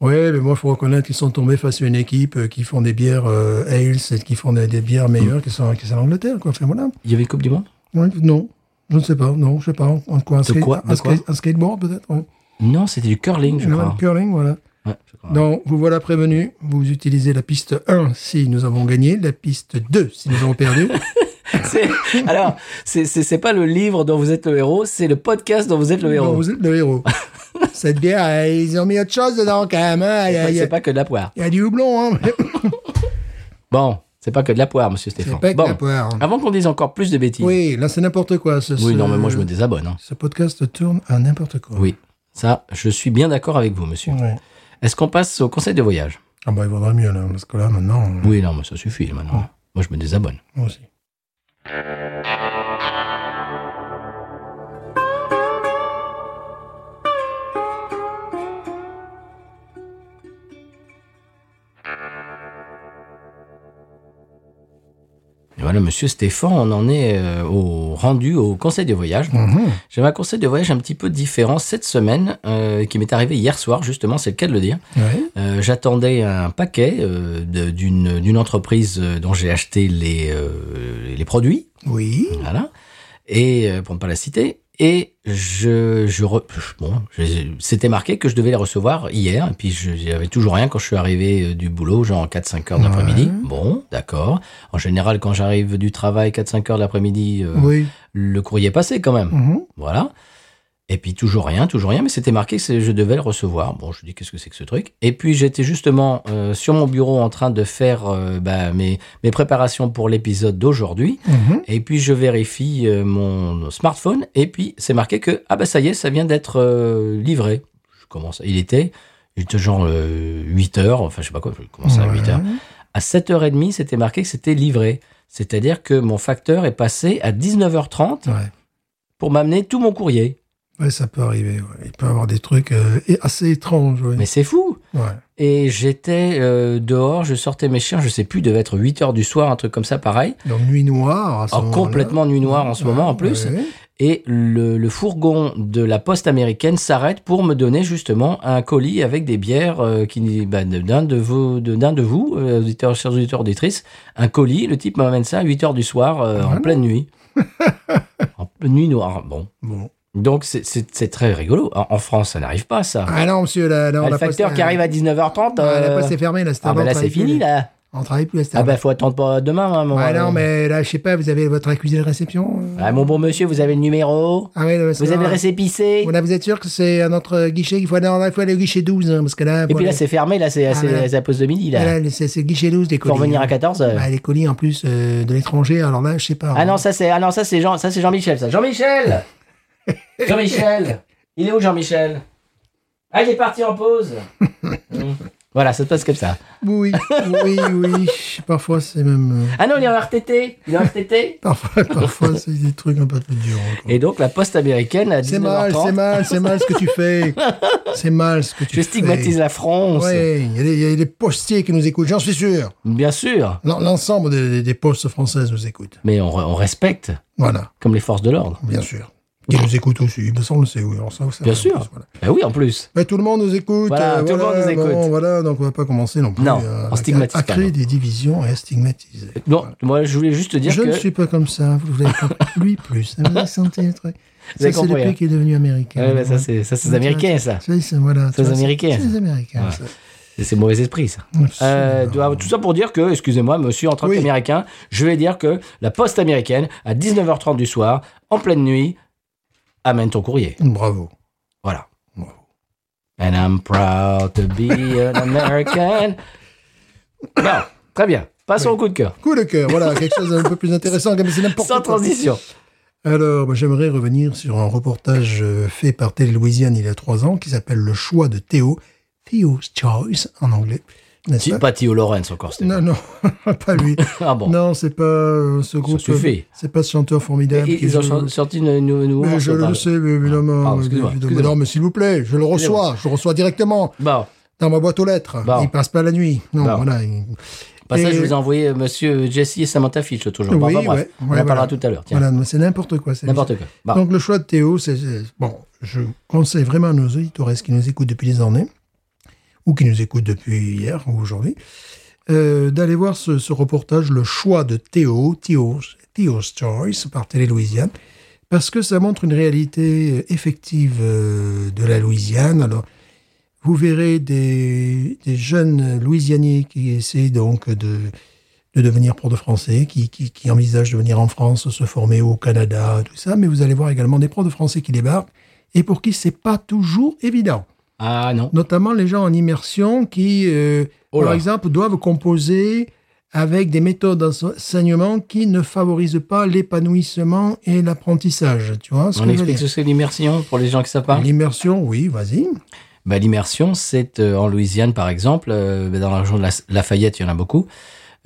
B: Ouais, mais moi, faut reconnaître qu'ils sont tombés face à une équipe euh, qui font des bières euh, ales et qui font des, des bières meilleures que sont, que celles d'Angleterre, quoi. Enfin, voilà.
A: Il y avait une Coupe du Monde
B: Ouais, non, je ne sais pas. Non, je sais pas. En- En quoi Un, skate-
A: quoi De
B: un,
A: quoi
B: skate- un skateboard, peut-être ouais.
A: Non, c'était du curling, je
B: Non,
A: crois.
B: le curling, voilà.
A: Ouais, je crois.
B: Donc, vous voilà prévenu. Vous utilisez la piste 1 si nous avons gagné, la piste 2 si nous avons perdu.
A: C'est- Alors, c'est- c'est c'est pas le livre dont vous êtes le héros, c'est le podcast dont vous êtes le
B: Donc,
A: héros.
B: vous êtes le héros. Cette bière, euh, ils ont mis autre chose dedans quand même. hein. Il y a- il y, a-
A: C'est pas que de la poire.
B: il y a du houblon. Hein.
A: Bon, c'est pas que de la poire, monsieur Stéphane.
B: C'est pas que
A: Bon,
B: la poire. hein.
A: Avant qu'on dise encore plus de bêtises.
B: Oui, là, c'est n'importe quoi. Ce,
A: Oui,
B: ce-
A: non, mais moi je me désabonne. hein.
B: Ce podcast tourne à n'importe quoi.
A: Oui, ça, je suis bien d'accord avec vous, monsieur.
B: Ouais.
A: Est-ce qu'on passe au conseil de voyage
B: Ah, bah, il vaudrait mieux, là, parce que là, maintenant, euh,
A: Oui, non, mais ça suffit là, maintenant. Moi, je me désabonne.
B: moi aussi.
A: Et voilà, monsieur Stéphane, on en est euh, au rendu au conseil de voyage.
B: Mhm.
A: J'avais un conseil de voyage un petit peu différent cette semaine, euh, qui m'est arrivé hier soir, justement, c'est le cas de le dire.
B: Ouais.
A: Euh, J'attendais un paquet euh, de- d'une d'une entreprise euh, dont j'ai acheté les, euh, les produits.
B: Oui.
A: Voilà. Et euh, pour ne pas la citer. Et je, je, re- bon, je- c'était marqué que je devais les recevoir hier. Et puis je- j'avais toujours rien quand je suis arrivé euh, du boulot, genre 4-5 heures de l'après-midi.
B: Ouais.
A: Bon, d'accord. En général, quand j'arrive du travail 4-5 heures de l'après-midi, euh,
B: Oui.
A: le courrier est passé quand même.
B: Mhm.
A: Voilà. Et puis toujours rien, toujours rien, mais c'était marqué que c'est- je devais le recevoir. Bon, je dis qu'est-ce que c'est que ce truc Et puis j'étais justement euh, sur mon bureau en train de faire euh, bah, mes, mes préparations pour l'épisode d'aujourd'hui.
B: Mhm.
A: Et puis je vérifie euh, mon smartphone et puis c'est marqué que ah bah ça y est, ça vient d'être euh, livré. Je commence, il était il était genre euh, 8 heures, enfin je sais pas quoi, je commençais à 8 heures.
B: Ouais.
A: À 7h30, c'était marqué que c'était livré. C'est-à-dire que mon facteur est passé à 19h30
B: Ouais.
A: pour m'amener tout mon courrier.
B: Ouais, ça peut arriver. ouais. Il peut y avoir des trucs euh, et- assez étranges. ouais.
A: Mais c'est fou.
B: Ouais.
A: Et j'étais euh, dehors, je sortais mes chiens, je sais plus, devait être 8 heures du soir, un truc comme ça pareil.
B: Donc, nuit noire. à ce
A: Oh,
B: moment-là.
A: complètement nuit noire en ce moment en plus.
B: Ouais.
A: Et le, le fourgon de la poste américaine s'arrête pour me donner justement un colis avec des bières euh, qui bah, de- d'un de vous, de- d'un de vous, euh, auditeurs, chers auditeurs, auditrices, un colis. Le type m'amène ça à 8 heures du soir euh, en
B: Vraiment
A: pleine nuit. en pleine nuit noire. Bon.
B: Bon.
A: Donc c'est- c'est c'est très rigolo. En, en France, ça n'arrive pas, ça.
B: Ah non, monsieur, là, là, on
A: Ah, le
B: l'a pas-
A: facteur qui arrive à 19h30.
B: Ah, la
A: euh,
B: poste est fermée, là,
A: ah,
B: Starbucks.
A: bah là, c'est
B: travaille plus,
A: fini, là.
B: On travaille plus, là,
A: Ah,
B: Starbucks.
A: bah, faut attendre pour demain, hein, mon
B: Ah non, mais là, je sais pas, vous avez votre accusé de réception euh
A: Ah, mon bon monsieur, vous avez le numéro
B: Ah ouais, là, c'est
A: Vous avez
B: là.
A: le récépissé
B: Voilà, vous êtes sûr que c'est un autre guichet qu'il faut aller, non, là, il faut aller au guichet 12, hein, parce que là...
A: Et puis
B: voilà.
A: là, c'est fermé, là, c'est
B: Ah,
A: c'est-
B: ouais.
A: c'est la pause de midi,
B: Ah,
A: là.
B: là, c'est c'est le guichet 12 des
A: Faut
B: colis.
A: revenir à 14 heures.
B: Bah, les colis en plus euh, de l'étranger, alors là, je sais pas. hein.
A: Ah non, ça c'est ah non, ça c'est Jean, ça c'est Jean-Michel ça. Jean-Michel Jean-Michel Il est où Jean-Michel Ah, il est parti en pause. Mm. Voilà, ça se passe comme ça.
B: Oui, oui, oui. Parfois, c'est même. euh,
A: Ah non, il est en RTT, il est en RTT.
B: Parfois, parfois c'est des trucs un peu plus durs. quoi.
A: Et donc la poste américaine à 19h30.
B: C'est mal, c'est mal, c'est mal ce que tu fais. C'est mal ce que tu
A: Je
B: fais.
A: stigmatise la France.
B: Oui, il y a des- il y, a des postiers qui nous écoutent, j'en suis sûr.
A: Bien sûr,
B: L'en- L'ensemble des, des postes françaises nous écoutent.
A: mais on, re- on respecte
B: Voilà,
A: comme les forces de l'ordre.
B: bien sûr. Qui nous écoutent aussi, ben, ça on le sait, oui. alors ça, ça,
A: Bien
B: en
A: sûr.
B: plus, voilà.
A: Ben oui, en plus.
B: Mais tout le monde nous écoute. euh,
A: Voilà, tout le
B: voilà,
A: monde nous
B: bon,
A: écoute.
B: voilà, donc on va pas commencer non plus
A: Non,
B: à,
A: on stigmatise
B: à- à
A: pas,
B: créer
A: non.
B: des divisions et à stigmatiser.
A: Non, moi je voulais juste te dire
B: Je
A: que
B: ne suis pas comme ça, vous l'avez compris. Lui plus. Vous avez senti le truc. Ça,
A: avez
B: c'est
A: compris,
B: depuis
A: hein.
B: qu'il est devenu américain.
A: Ouais, bah, ça c'est ça c'est
B: Ouais,
A: américain ça.
B: Ça, c'est voilà,
A: Ça,
B: tu
A: c'est
B: vois,
A: américain.
B: C'est les Américains. ça.
A: C'est c'est mauvais esprit ça. Euh, doit- tout ça pour dire que, excusez-moi, monsieur en tant
B: Oui.
A: qu'américain, je vais dire que la poste américaine, à 19h30 du soir, en pleine nuit, amène ton courrier.
B: Bravo.
A: Voilà.
B: Bravo.
A: And I'm proud to be an American. bon, très bien. Passons au coup de cœur.
B: Coup de cœur, voilà, quelque chose d'un peu plus intéressant, comme c'est n'importe
A: Sans
B: quoi.
A: transition.
B: Alors, moi, j'aimerais revenir sur un reportage euh, fait par Télé Louisiane il y a trois ans qui s'appelle Le choix de Théo. Théo's Choice en anglais. N'est-ce
A: Pas Théo Lawrence encore, c'était.
B: Non, non, pas lui.
A: Ah bon.
B: Non, c'est pas euh, ce groupe.
A: suffit.
B: C'est pas ce chanteur
A: Et-
B: formidable.
A: et-
B: qui
A: ils ont
B: joue-
A: chan- sorti une nouvelle.
B: Mais je le sais, mais évidemment.
A: pardon, Ah,
B: mais
A: excusez-moi,
B: évidemment.
A: excusez-moi.
B: Non, mais s'il vous plaît, je le reçois. Je le reçois directement
A: Bon,
B: dans ma boîte aux lettres.
A: Bon.
B: Il passe pas la nuit. Non,
A: Bon.
B: voilà. il-
A: passage,
B: Et-
A: je vous ai envoyé euh, monsieur Jesse et Samantha Fitch toujours. Bon,
B: Oui,
A: enfin, bref,
B: ouais,
A: on en
B: ouais,
A: parlera
B: voilà.
A: tout à l'heure. Tiens,
B: Voilà, non, c'est n'importe quoi. c'est-
A: n'importe quoi. Bon.
B: Donc, le choix de Théo, c'est. c'est- Bon, je conseille vraiment à nos auditeurs qui nous écoutent depuis des années, ou qui nous écoutent depuis hier ou aujourd'hui, euh, d'aller voir ce, ce reportage, Le choix de Théo, Théo's, Théo's Choice, par Télé-Louisiane, parce que ça montre une réalité effective euh, de la Louisiane. Alors, vous verrez des, des jeunes Louisianais qui essaient donc de, de devenir prof de français, qui, qui, qui envisagent de venir en France, se former au Canada, tout ça. Mais vous allez voir également des profs de français qui débarquent et pour qui c'est pas toujours évident.
A: Ah non.
B: Notamment les gens en immersion qui, euh,
A: Oh là.
B: par exemple, doivent composer avec des méthodes d'enseignement qui ne favorisent pas l'épanouissement et l'apprentissage. Tu vois ce
A: On
B: que je veux
A: explique
B: dire
A: ce que c'est l'immersion pour les gens qui savent pas.
B: L'immersion, oui, vas-y.
A: Bah, L'immersion, c'est euh, en Louisiane, par exemple, euh, dans la région de la- Lafayette, il y en a beaucoup.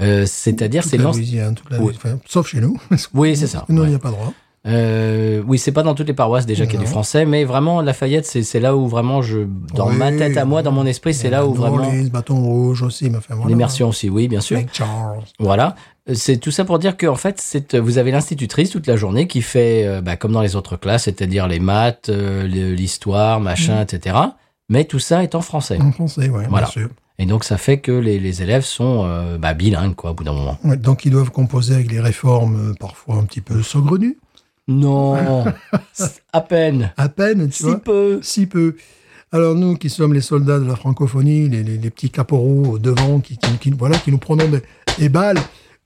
A: Euh, C'est-à-dire,
B: Toute
A: c'est
B: la
A: l'ense-
B: Louisiane, toute la-
A: Oui.
B: enfin, sauf chez nous.
A: Oui, c'est ça.
B: Nous, il
A: ouais.
B: n'y a pas droit.
A: Euh, oui, c'est pas dans toutes les paroisses déjà qu'il y a du
B: Non.
A: français, mais vraiment, Lafayette, c'est c'est là où vraiment, je, dans
B: Oui,
A: ma tête à moi, dans mon esprit, c'est là où
B: New
A: vraiment.
B: Orleans, bâton rouge aussi, mais enfin, voilà.
A: L'immersion aussi, oui, bien sûr.
B: Lake Charles.
A: Voilà. Euh, C'est tout ça pour dire que en fait, c'est euh, vous avez l'institutrice toute la journée qui fait, euh, bah, comme dans les autres classes, c'est-à-dire les maths, euh, le- l'histoire, machin, etc. Mais tout ça est en français.
B: En français, ouais,
A: Voilà.
B: bien sûr.
A: Et donc, ça fait que les, les élèves sont euh, bah, bilingues, quoi, au bout d'un moment.
B: Ouais, donc ils doivent composer avec les réformes euh, parfois un petit peu saugrenues,
A: Non, c'est à peine,
B: à peine, tu
A: si
B: vois,
A: peu.
B: si peu. Alors nous qui sommes les soldats de la francophonie, les, les- les petits caporaux au devant qui, qui, qui- voilà, qui nous prenons des, des balles,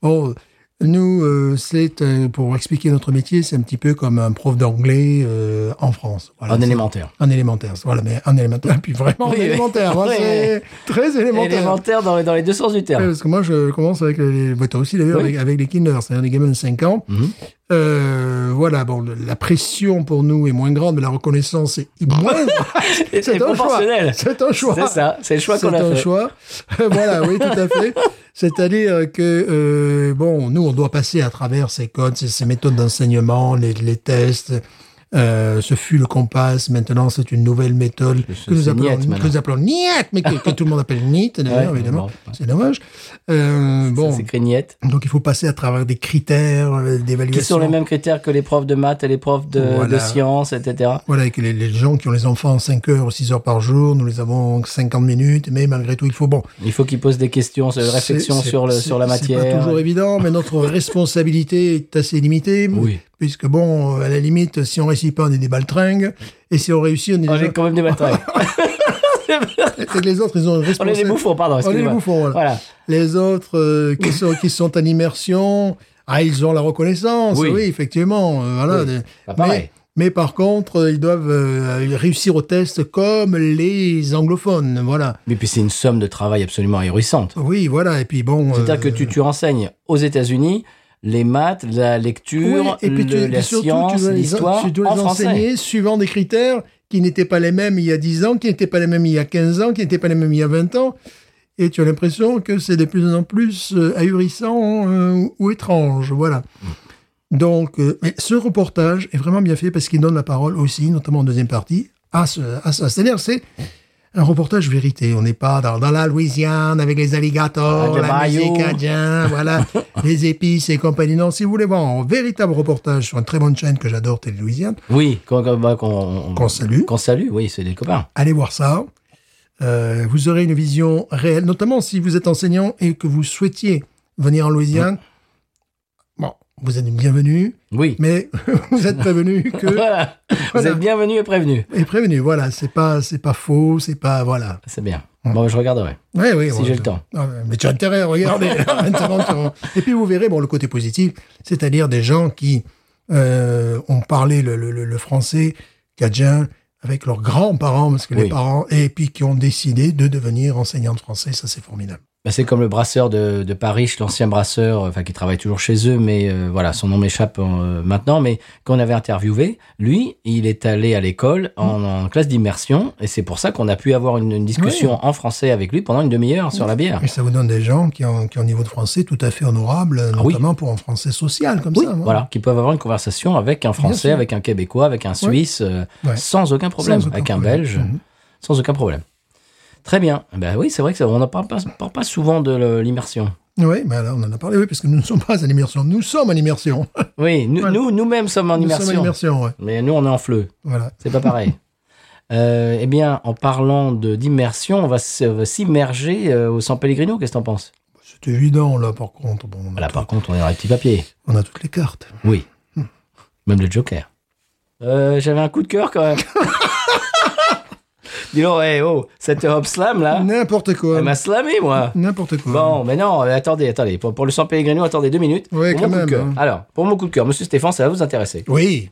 B: bon, nous, euh, c'est euh, pour expliquer notre métier, c'est un petit peu comme un prof d'anglais euh, en France. Voilà,
A: en
B: c'est-
A: élémentaire.
B: En élémentaire, voilà, mais en élémentaire, puis vraiment en
A: Oui, oui.
B: élémentaire, hein,
A: Oui,
B: c'est très élémentaire.
A: Élémentaire dans, les- dans les deux sens du
B: Ouais,
A: terme.
B: parce que moi, je commence avec les. bah, toi aussi, d'ailleurs,
A: Ah. Oui.
B: avec, avec les kinders, c'est-à-dire les gamins de 5 ans.
A: Mhm.
B: Euh, voilà, bon, le- la pression pour nous est moins grande, mais la reconnaissance est moindre.
A: C'est c'est
B: un choix.
A: proportionnel.
B: C'est un choix.
A: C'est ça, c'est le choix
B: C'est
A: qu'on a
B: un
A: fait.
B: choix. voilà, oui, tout à fait. C'est-à-dire que, euh, bon, nous, on doit passer à travers ces codes, ces, ces méthodes d'enseignement, les, les tests, Euh, ce fut le Compass. Maintenant, c'est une nouvelle méthode que nous
A: c'est
B: appelons,
A: Niet, maintenant.
B: que nous appelons Niet, mais que, que tout le monde appelle Niet, d'ailleurs,
A: Ouais,
B: évidemment.
A: bon, ouais.
B: C'est dommage. Euh,
A: Bon.
B: bon,
A: C'est craignette.
B: donc il faut passer à travers des critères euh, d'évaluation.
A: Qui sont les mêmes critères que les profs de maths et les profs de,
B: Voilà.
A: de sciences, etc.
B: Voilà, et que les, les gens qui ont les enfants 5 heures ou 6 heures par jour, nous les avons 50 minutes, mais malgré tout, il faut... Bon,
A: Il faut qu'ils posent des questions, des
B: C'est-
A: réflexions
B: c'est-
A: sur, le,
B: c'est-
A: sur la matière.
B: C'est pas toujours évident, mais notre responsabilité est assez limitée.
A: Oui.
B: Puisque bon, euh, à la limite, si on réussit pas, on est des baltringues. Et si on réussit, on est,
A: On
B: déjà-
A: est quand même des matraques.
B: c'est que les autres, ils
A: On
B: ont une
A: est
B: responsabilité.
A: des bouffons, pardon.
B: On est des
A: excusez-moi.
B: bouffons, voilà.
A: Voilà.
B: Les autres euh, qui, sont, qui sont en immersion, ah, ils ont la reconnaissance.
A: Oui.
B: Oui, effectivement. euh, voilà.
A: Oui.
B: Des-
A: Bah, pareil.
B: mais, mais par contre, euh, ils doivent euh, réussir au test comme les anglophones. Voilà.
A: Mais puis c'est une somme de travail absolument ahurissante.
B: Oui, voilà. Et puis bon.
A: C'est-à-dire
B: euh,
A: que tu, tu enseignes aux États-Unis les maths, la lecture,
B: Oui, et puis tu,
A: le-
B: et
A: la
B: puis surtout, tu
A: science,
B: dois les-
A: l'histoire
B: tu dois
A: en
B: les
A: français.
B: enseigner suivant des critères qui n'étaient pas les mêmes il y a 10 ans, qui n'étaient pas les mêmes il y a 15 ans, qui n'étaient pas les mêmes il y a 20 ans. Et tu as l'impression que c'est de plus en plus euh, ahurissant euh, ou étrange. Voilà. Donc, euh, mais ce reportage est vraiment bien fait parce qu'il donne la parole aussi, notamment en deuxième partie, à ce, à ça. C'est-à-dire, c'est un reportage vérité. On n'est pas dans, dans la Louisiane avec les alligators,
A: Avec le
B: la
A: bayou.
B: musique indienne, voilà, les épices et compagnie. Non, si vous voulez voir un véritable reportage sur une très bonne chaîne que j'adore, Télé Louisiane,
A: Oui, qu'on qu'on- bah, qu'on-
B: qu'on salue,
A: qu'on salue, oui, c'est des copains.
B: allez voir ça. Euh, vous aurez une vision réelle, notamment si vous êtes enseignant et que vous souhaitiez venir en Louisiane. Bon, vous êtes bienvenu,
A: Oui.
B: mais vous êtes prévenu que
A: Voilà. Vous
B: euh, Voilà.
A: êtes bienvenus et prévenus.
B: et prévenu. Voilà, c'est pas c'est pas faux, c'est pas voilà.
A: C'est bien. Bon, je regarderai.
B: Ouais, oui,
A: Si
B: ouais.
A: j'ai le temps.
B: Ah, mais tu as intérêt à regarder. Maintenant, tu vas- Et puis vous verrez bon, le côté positif, c'est-à-dire des gens qui euh, ont parlé le, le- le- le français cadien avec leurs grands-parents, parce que
A: Oui.
B: les parents, et puis qui ont décidé de devenir enseignants de français. Ça, c'est formidable.
A: Bah, c'est comme le brasseur de, de Paris, l'ancien brasseur, euh, enfin qui travaille toujours chez eux, mais euh, voilà, son nom m'échappe euh, maintenant, mais qu'on avait interviewé, lui, il est allé à l'école en,
B: Mm.
A: en classe d'immersion, et c'est pour ça qu'on a pu avoir une, une discussion en français avec lui pendant une demi-heure sur la bière.
B: Et ça vous donne des gens qui ont, qui ont un niveau de français tout à fait honorable,
A: Ah oui.
B: notamment pour un français social, comme ça. hein.
A: Voilà, qui peuvent avoir une conversation avec un Français,
B: sûr.
A: avec un Québécoi, avec un Suisse, euh,
B: Ouais.
A: sans aucun problème,
B: Sans aucun
A: avec un
B: problème.
A: Belge,
B: Mhm.
A: sans aucun problème. Très bien. Ben oui, c'est vrai que ça, on n'en parle pas, parle pas souvent de le- l'immersion.
B: Oui, ben là, on en a parlé, oui, parce que nous ne sommes pas à l'immersion. Nous sommes à l'immersion.
A: Oui, nous,
B: Voilà.
A: nous nous-mêmes sommes en
B: Nous sommes à
A: immersion,
B: l'immersion, ouais.
A: mais nous on est en fleu.
B: Voilà.
A: C'est pas pareil. Euh, eh bien, en parlant de d'immersion, on va s- euh, s'immerger euh, au San Pellegrino. Qu'est-ce que t'en penses
B: C'est évident, là, par contre. Bon, on, a
A: Là, par contre, on est dans les petits papiers.
B: on a toutes les cartes.
A: Oui. Même le Joker. Euh, J'avais un coup de cœur quand même. Dis donc, hey, oh, cette robe slam là,
B: N'importe quoi.
A: elle m'a slamé moi.
B: N'importe quoi.
A: ben, Bon, mais non, euh, attendez, attendez. Pour, pour le San Pellegrino, attendez deux minutes.
B: Ouais,
A: pour
B: quand
A: mon coup
B: même,
A: de cœur.
B: hein.
A: Alors, pour mon coup de cœur, monsieur Stéphane, ça va vous intéresser.
B: Oui.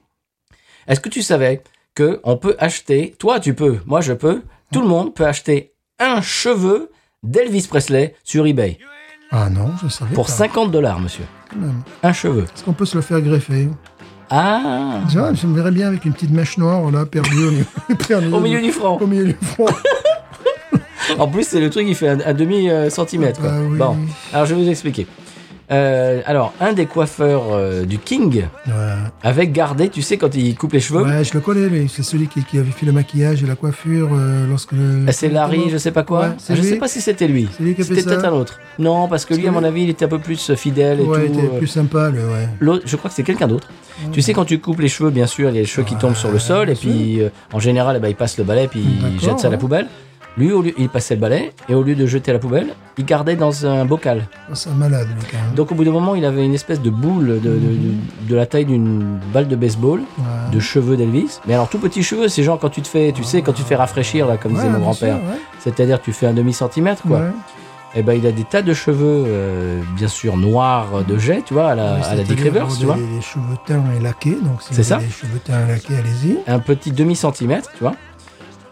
A: Est-ce que tu savais que on peut acheter, toi tu peux, moi je peux, tout le monde peut acheter un cheveu d'Elvis Presley sur eBay
B: Ah non, je savais
A: pour
B: pas.
A: 50 dollars, monsieur.
B: Quand même.
A: Un cheveu.
B: Est-ce qu'on peut se le faire greffer
A: Ah
B: Tu vois, je me verrais bien avec une petite mèche noire, là, perdue au milieu, perdue
A: Au milieu du front.
B: Au milieu du front.
A: En plus, c'est le truc qui fait un, un demi euh, centimètre. quoi.
B: Ah oui.
A: Bon, alors je vais vous expliquer. Euh, alors, un des coiffeurs euh, du King
B: Ouais.
A: avait gardé, tu sais, quand il coupe les cheveux,
B: Ouais, je le connais, lui. C'est celui qui, qui avait fait le maquillage et la coiffure euh, lorsque... le-
A: c'est Larry, je sais pas quoi.
B: Ouais, c'est
A: je
B: lui.
A: sais pas si c'était lui.
B: C'est lui qui a fait
A: C'était
B: ça.
A: peut-être un autre. Non, parce que lui, à
B: que
A: mon
B: lui-
A: avis, il était un peu plus fidèle et
B: Ouais,
A: tout.
B: il était
A: euh,
B: plus sympa, le... Ouais.
A: L'autre, je crois que c'est quelqu'un d'autre. Tu sais, quand tu coupes les cheveux, bien sûr, il y a les cheveux qui tombent sur le sol, et
B: Mmh. bien
A: puis euh, en général, eh ben, il passe le balai, puis il
B: D'accord,
A: jette ça à la
B: ouais.
A: poubelle. Lui, au lieu, il passait le balai, et au lieu de jeter à la poubelle, il gardait dans un bocal.
B: Oh, C'est un malade, le gars.
A: Donc au bout d'un moment, il avait une espèce de boule de, de- de- de la taille d'une balle de baseball,
B: Ouais.
A: de cheveux d'Elvis. Mais alors, tout petit cheveux, c'est genre quand tu te fais, tu sais, quand tu te fais rafraîchir, là, comme
B: Ouais,
A: disait mon
B: bien
A: grand-père.
B: sûr, ouais.
A: C'est-à-dire, tu fais un demi-centimètre, quoi.
B: Ouais.
A: Et ben, il a des tas de cheveux, euh, bien sûr, noirs de jet, tu vois, à la,
B: Oui,
A: Euh, à la Dick
B: c'est-à-dire
A: Rivers,
B: avoir
A: tu vois.
B: des- Les cheveux teints et laqués, donc si
A: C'est
B: vous
A: ça.
B: avez Les cheveux teints et laqués, allez-y.
A: un petit demi centimètre, tu vois.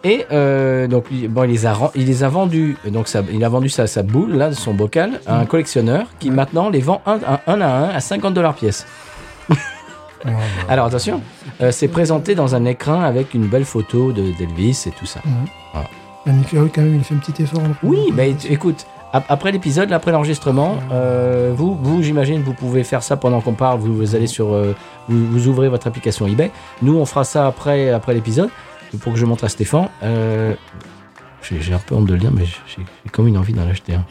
A: Et euh, donc lui- bon, il les a ren- il les a vendus. Donc ça, il a vendu sa, sa boule là, de son bocal, à
B: Mmh.
A: un collectionneur qui maintenant les vend un, un- un à un à 50 dollars pièce.
B: Ouais, ouais.
A: Alors attention, euh, c'est présenté dans un écrin avec une belle photo de d'Elvis et tout ça.
B: Magnifique, oui, quand même, il fait un petit effort.
A: Oui, mais écoute, Ap- Après l'épisode, là, après l'enregistrement, euh, vous, vous j'imagine, vous pouvez faire ça pendant qu'on parle. Vous, vous allez sur, euh, vous, vous ouvrez votre application eBay. Nous, on fera ça après, après l'épisode pour que je montre à Stéphane. Euh, j'ai j'ai un peu honte de le dire, mais j'ai j'ai comme une envie d'en acheter un.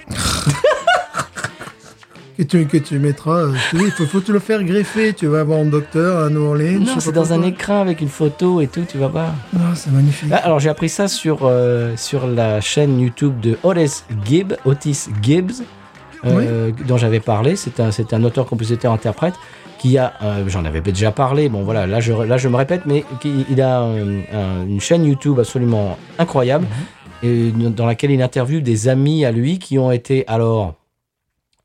B: que tu, que tu mettras. euh, je te dis, faut, faut te le faire greffer. Tu vas voir un docteur à New Orleans. je sais
A: Non,
B: pas
A: c'est dans un
B: pourquoi.
A: écran avec une photo et tout, tu vas voir.
B: Ah, c'est magnifique.
A: Ah, alors j'ai appris ça sur, euh, sur la chaîne YouTube de Otis Gibb, Otis Gibbs, euh, dont j'avais parlé. C'est un, c'est un auteur, compositeur, interprète qui a, euh, j'en avais déjà parlé, bon voilà, là je, là je me répète, mais qui, il a euh, un- une chaîne YouTube absolument incroyable et dans laquelle il interviewe des amis à lui qui ont été alors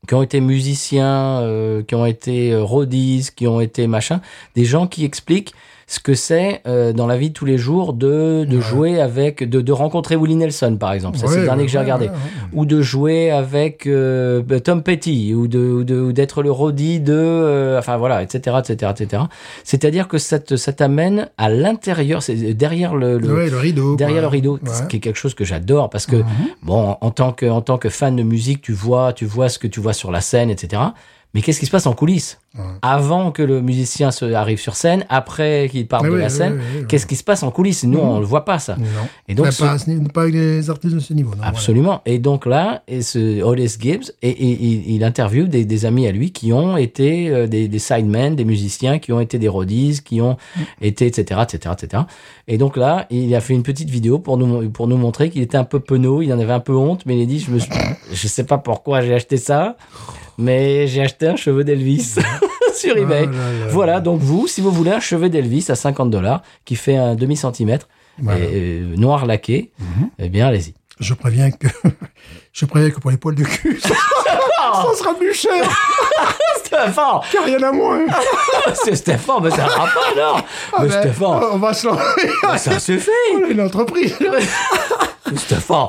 A: qui ont été musiciens, euh, qui ont été euh, rodistes, qui ont été machin, des gens qui expliquent ce que c'est euh, dans la vie de tous les jours de, de
B: Ouais.
A: jouer avec, de, de rencontrer Willie Nelson par exemple, ça c'est
B: Ouais,
A: le dernier que j'ai
B: ouais,
A: regardé,
B: ouais, ouais.
A: ou de jouer avec euh, Tom Petty, ou de ou de- ou d'être le rodie de, euh, enfin voilà, etc. etc. etc. C'est-à-dire que ça te- ça t'amène à l'intérieur, c'est derrière le, le-
B: Ouais, le rideau.
A: derrière
B: quoi.
A: le rideau,
B: Ouais.
A: ce qui est quelque chose que j'adore parce que bon, en tant que en tant que fan de musique, tu vois, tu vois ce que tu vois sur la scène, etc. Mais qu'est-ce qui se passe en coulisses
B: Ouais.
A: avant que le musicien se arrive sur scène, après qu'il parte
B: Ah, Ouais,
A: de
B: ouais,
A: la
B: ouais,
A: scène
B: ouais, ouais, ouais.
A: Qu'est-ce qui se passe en coulisses Nous, on le voit pas ça.
B: Non.
A: Et donc,
B: Bah,
A: ce-
B: pas, à ce niveau- pas avec les artistes de ce niveau. non, voilà.
A: Absolument. Et donc là, et ce Otis Gibbs, et, et- et- il interviewe des, des amis à lui qui ont été euh, des, des sidemen, des musiciens, qui ont été des rodistes, qui ont
B: Mm.
A: été, etc., etc., etc. Et donc là, il a fait une petite vidéo pour nous, pour nous montrer qu'il était un peu penaud, il en avait un peu honte, mais il a dit, je me suis- je sais pas pourquoi j'ai acheté ça, mais j'ai acheté un cheveu d'Elvis sur eBay.
B: Ah là là.
A: Voilà, donc vous, si vous voulez un chevet d'Elvis à 50 dollars, qui fait un demi-centimètre,
B: Voilà. Mhm.
A: et, euh, noir laqué, eh bien, allez-y.
B: Je préviens que. Je préviens que pour les poils de cul, ça sera plus cher.
A: Stéphane
B: Car rien à moins.
A: C'est Stéphane, mais ça va pas, non
B: Ah oh
A: Mais
B: ben,
A: Stéphane,
B: On va se
A: mais
B: lancer.
A: ça suffit
B: Une entreprise.
A: Mais Stéphane,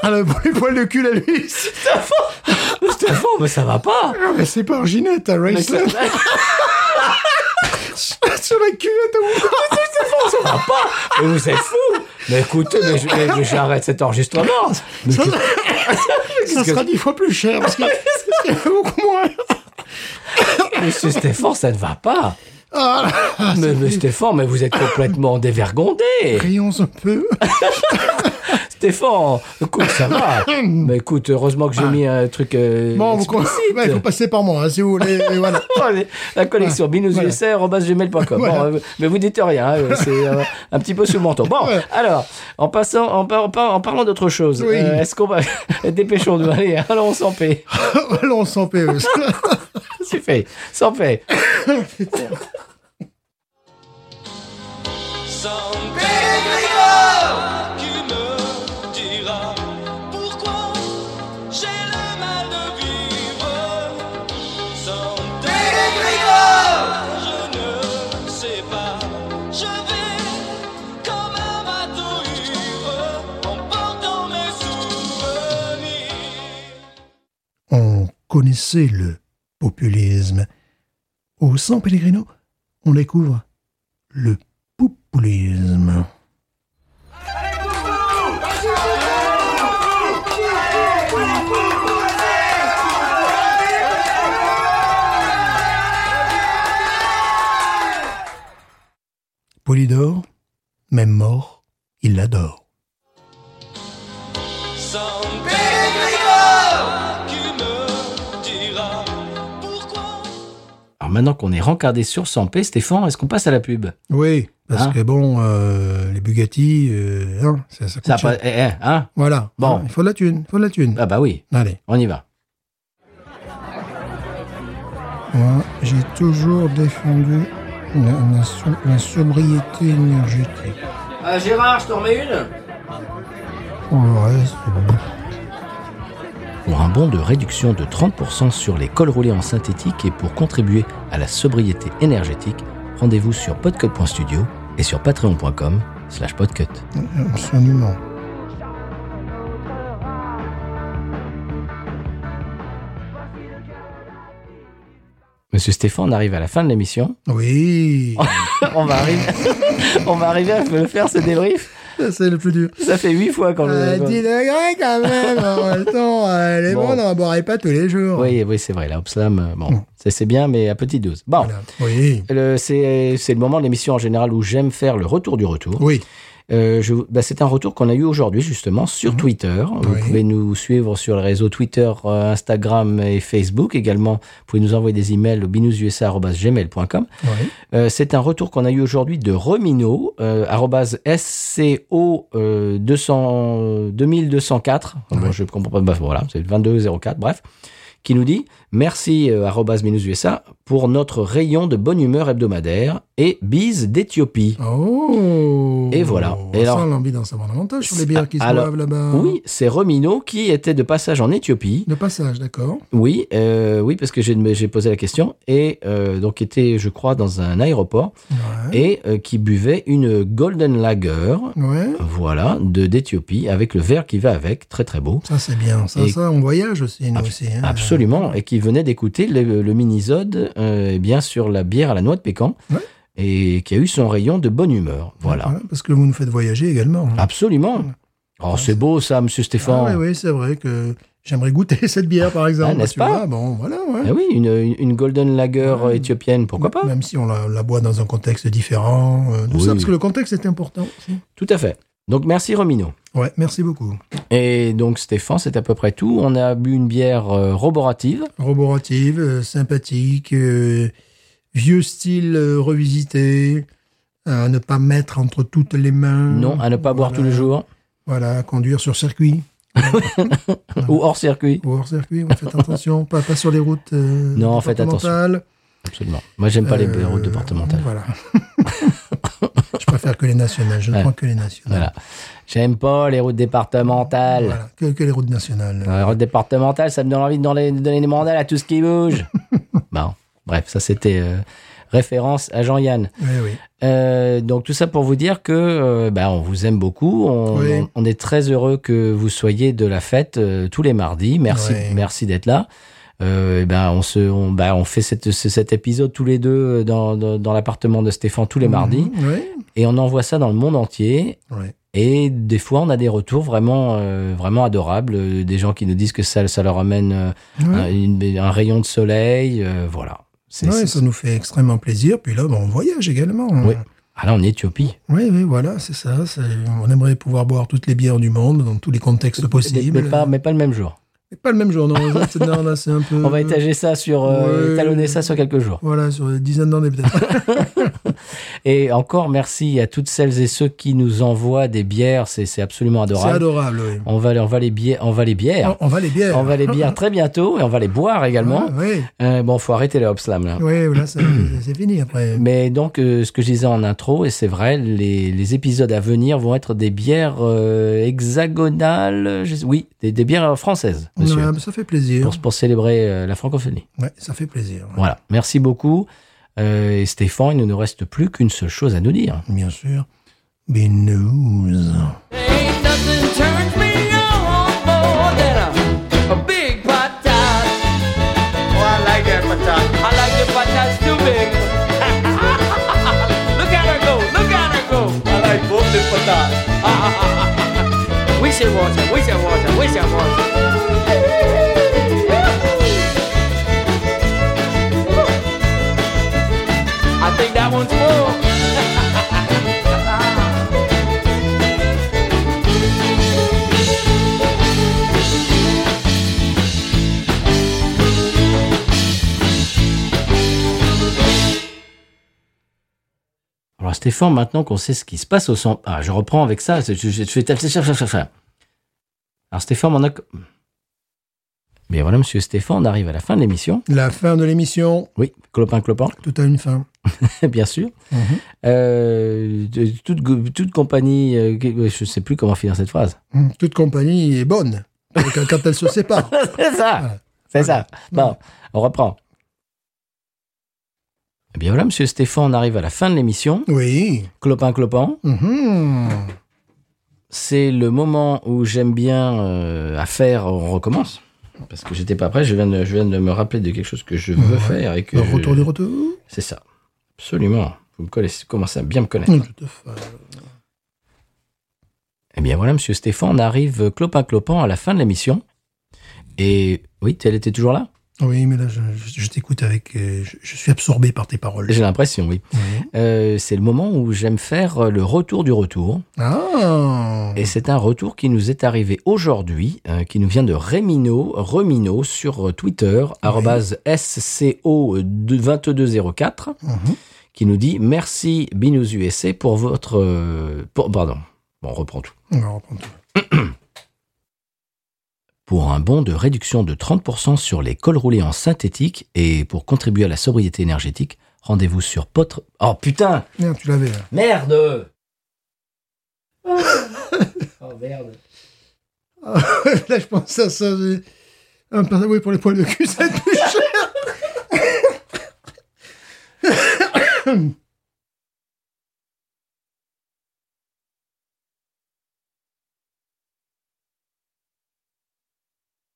B: Alors, pour les poils de cul à lui.
A: mais Stéphane, mais ça va pas
B: Ah, mais c'est pas Ginette, à
A: Mais
B: Raceland.
A: Stéphane,
B: Sur la cuvette à vous.
A: ça va pas Mais vous êtes fous Mais écoutez, mais je- mais- mais j'arrête cet enregistrement Mais
B: Ça,
A: qu'est-ce-
B: ça sera dix fois plus cher. Parce qu'il parce qu'il y a beaucoup moins.
A: Monsieur Stéphane, ça ne va pas
B: Ah, là, ah,
A: mais, mais Stéphane, mais vous êtes complètement dévergondé
B: Rions un peu.
A: Stéphane, écoute, ça va Mais écoute, heureusement que j'ai mis un truc euh,
B: Ah. Bon, vous
A: explicite.
B: Ouais, il faut passer par moi, hein, si vous voulez. et voilà.
A: La collection
B: Voilà.
A: binoususr.gmail.com. Bon,
B: Voilà.
A: euh, mais vous dites rien, hein, euh, c'est euh, un petit peu sous le manteau. Bon,
B: Ouais.
A: alors, en passant, en, par- en par- en parlant d'autre chose,
B: Oui.
A: euh, est-ce qu'on va. Dépêchons-nous, allez, hein, allons sans paix.
B: Allons sans E PE.
A: C'est fait, sans paix.
C: Someday, Grégoire, qui me dira pourquoi j'ai le mal de vivre. Someday, Grégoire, je ne sais pas, je vais comme un bateau ivre en portant mes souvenirs.
B: On connaissait le populisme. Au San Pellegrino, on découvre le populisme. Polydor, même mort, il l'adore.
C: Someday, Grégoire, qui me dira pourquoi.
A: Alors maintenant qu'on est rencardé sur sans paix, Stéphane, est-ce qu'on passe à la pub
B: Oui, parce
A: Hein
B: que bon, euh, les Bugatti, euh, hein, ça, ça coûte
A: Ça pas,
B: cher.
A: eh, eh, hein
B: Voilà.
A: Bon.
B: Hein, Il faut de la thune, il faut de la thune.
A: Ah bah oui,
B: Allez,
A: on y va.
B: moi, j'ai toujours défendu la, la so- la sobriété énergétique.
A: Ah, Gérard, je t'en remets une
B: Pour le reste, bon.
A: Pour un bon de réduction de 30% sur les cols roulés en synthétique et pour contribuer à la sobriété énergétique, rendez-vous sur podcut.studio et sur patreon.com slash podcut.
B: absolument.
A: Monsieur Stéphane, on arrive à la fin de l'émission.
B: Oui.
A: on, va arriver... on va arriver à le faire ce débrief.
B: Ça, c'est le plus dur.
A: Ça fait huit fois qu'on
B: Euh, 10
A: Oh, le.
B: degrés quand même, en même temps, euh, les
A: Bon.
B: bons, on n'en boirait pas tous les jours.
A: Oui, oui, c'est vrai. La Opslam, euh, bon, c'est c'est bien, mais à petite dose. Bon,
B: Voilà. Oui,
A: le- c'est c'est le moment de l'émission en général où j'aime faire le retour du retour.
B: oui.
A: Euh, je- bah, c'est un retour qu'on a eu aujourd'hui justement sur Twitter. Vous
B: Mhm. Oui.
A: pouvez nous suivre sur les réseaux Twitter, euh, Instagram et Facebook. Également, vous pouvez nous envoyer des emails au binoususa@gmail.com.
B: oui.
A: Euh, c'est un retour qu'on a eu aujourd'hui de Romino, euh, arrobase SCO euh, 200, 2204. Bon,
B: Ouais.
A: je comprends pas, bah, voilà, c'est 2204, bref, qui nous dit Merci, euh, arrobase Minus USA, pour notre rayon de bonne humeur hebdomadaire et bise d'Éthiopie.
B: Oh
A: Et voilà.
B: On
A: Et alors-
B: sent l'envie d'en savoir davantage sur les bières qui se
A: Alors,
B: boivent là-bas.
A: Oui, c'est Romino qui était de passage en Éthiopie.
B: De passage, d'accord.
A: Oui, euh, oui, parce que j'ai j'ai posé la question et euh, donc était, je crois, dans un aéroport
B: Ouais.
A: et euh, qui buvait une Golden Lager.
B: Ouais.
A: Voilà, de d'Éthiopie, avec le verre qui va avec, très très beau.
B: Ça, c'est bien. Ça,
A: Et-
B: ça, on voyage aussi, nous aussi. hein.
A: Absolument, et qui venait d'écouter le, le mini-zode, euh, eh bien sur la bière à la noix de pécan,
B: Ouais.
A: et qui a eu son rayon de bonne humeur. Voilà,
B: Parce que vous nous faites voyager également. hein.
A: absolument. Oh, c'est beau ça, monsieur Stéphane.
B: Ah, oui, oui, c'est vrai que j'aimerais goûter cette bière, par exemple.
A: Ah, n'est-ce
B: tu
A: pas
B: vois. Bon, voilà, ouais.
A: Eh oui, une, une Golden Lager euh, éthiopienne, pourquoi pas
B: Même si on la, la boit dans un contexte différent, euh, tout
A: Oui.
B: ça, parce que le contexte est important. aussi.
A: Tout à fait. Donc merci Romino.
B: Ouais, merci beaucoup.
A: Et donc Stéphane, c'est à peu près tout. On a bu une bière euh, roborative.
B: Roborative, euh, sympathique, euh, vieux style euh, revisité, à ne pas mettre entre toutes les mains.
A: Non, à ne pas boire
B: Voilà.
A: tous les jours.
B: Voilà, à conduire sur circuit,
A: Ou hors circuit.
B: ou hors circuit, ouais, faites attention, pas, pas sur les routes euh,
A: Non, faites attention.
B: départementales.
A: Absolument. Moi, j'aime pas les
B: Euh,
A: routes départementales.
B: Voilà. je préfère que les nationales, je ne
A: Ouais.
B: prends que les nationales.
A: Voilà. J'aime pas les routes départementales.
B: Voilà, que, que les routes nationales.
A: Dans les routes départementales, ça me donne envie de donner, de donner des mandales à tout ce qui bouge. bon, bref, ça c'était euh, référence à Jean-Yann.
B: Oui, oui.
A: Euh, donc tout ça pour vous dire que euh, bah, on vous aime beaucoup. On,
B: Oui.
A: on- on est très heureux que vous soyez de la fête euh, tous les mardis. Merci,
B: Ouais.
A: merci d'être là. Euh, et ben on se, on, bah, on fait cette- ce- cet épisode tous les deux euh, dans, dans- dans l'appartement de Stéphane tous les mardis
B: Mhm, oui,
A: et on envoie ça dans le monde entier
B: oui.
A: et des fois, on a des retours vraiment, euh, vraiment adorables, euh, des gens qui nous disent que ça, ça leur amène euh,
B: Oui.
A: un, une- un rayon de soleil, euh, voilà. C'est-
B: Oui,
A: c'est-
B: ça nous fait extrêmement plaisir. Puis là, ben, on voyage également.
A: Oui. Ah là, en Éthiopie.
B: Oui, oui, voilà, c'est ça. c'est- On aimerait pouvoir boire toutes les bières du monde dans tous les contextes
A: Mais,
B: possibles.
A: mais pas, mais pas le même jour.
B: Mais pas le même jour, non. ça, c'est- non, là, c'est un peu.
A: On va étager ça sur, euh,
B: ouais.
A: étalonner ça sur quelques jours.
B: Voilà, sur une dizaine d'années peut-être.
A: Et encore merci à toutes celles et ceux qui nous envoient des bières, c'est c'est absolument
B: c'est
A: adorable.
B: adorable, oui.
A: On va, les- on va les bières, on va les bières,
B: On, on va les bières.
A: on va les bières très bientôt et on va les boire également.
B: Oui,
A: Euh, bon, faut arrêter les Hopslam là.
B: oui, là, c'est c'est fini après.
A: Mais donc, euh, ce que je disais en intro, et c'est vrai, les, les épisodes à venir vont être des bières euh, hexagonales, je sais- oui, des, des bières euh, françaises, monsieur,
B: Ouais, ben, ça fait plaisir.
A: pour, pour célébrer euh, la francophonie.
B: Ouais, ça fait plaisir. ouais.
A: Voilà, merci beaucoup. Euh, et Stéphane, il ne nous reste plus qu'une seule chose à nous dire.
B: Bien sûr. Big news.
D: Ain't nothing turns me on more than a, a big patat. Oh, I like that patat. I like the patats too big. look at her go, look at her go. I like both the patats. we should watch her, we should watch her, we should watch her. I think that one's full.
A: Alors, Stéphane, maintenant qu'on sait ce qui se passe au centre. Ah, je reprends avec ça. c'est- Je, je, je fais. tel- tel- tel- tel- tel- tel. Alors, Stéphane, on a. Mais voilà, monsieur Stéphane, on arrive à la fin de l'émission.
B: La fin de l'émission.
A: Oui, clopin, clopin.
B: Tout a une fin.
A: bien sûr.
B: Mhm.
A: Euh, de- toute, go- toute compagnie, euh, qui- je sais plus comment finir cette phrase.
B: Mm, Toute compagnie est bonne quand quand elle se sépare.
A: c'est ça, c'est ça. Bon, on reprend. Eh bien voilà, Monsieur Stéphane, on arrive à la fin de l'émission.
B: Oui.
A: Clopin, clopin.
B: Mhm.
A: C'est le moment où j'aime bien euh, à faire. On recommence parce que j'étais pas prêt. Je viens de, je viens de me rappeler de quelque chose que je veux
B: Ouais.
A: faire et que
B: Le
A: je-
B: retour du retour.
A: C'est ça, absolument. Vous me connaissez, commencez à bien me connaître.
B: Tout à fait.
A: Eh bien voilà, monsieur Stéphane, on arrive clopin clopin à la fin de l'émission. Et oui, elle était toujours là
B: Oui, mais là, je, je- je t'écoute avec. euh, Je, je suis absorbé par tes paroles.
A: J'ai l'impression, oui.
B: Ouais.
A: Euh, c'est le moment où j'aime faire euh, le retour du retour.
B: Ah
A: Et c'est un retour qui nous est arrivé aujourd'hui, euh, qui nous vient de Remino, Remino sur Twitter, arrobase SCO2204,
B: Mhm.
A: qui nous dit Merci Binous USA pour votre. euh, pour, pardon, bon, on reprend tout.
B: On va reprendre tout.
A: Pour un bon de réduction de 30% sur les cols roulés en synthétique et pour contribuer à la sobriété énergétique, rendez-vous sur potre. Oh putain
B: Merde, tu l'avais. là.
A: Merde Oh merde
B: là, je pense à ça. j'ai- Un pince- oui, pour les poils de cul, ça va être plus cher.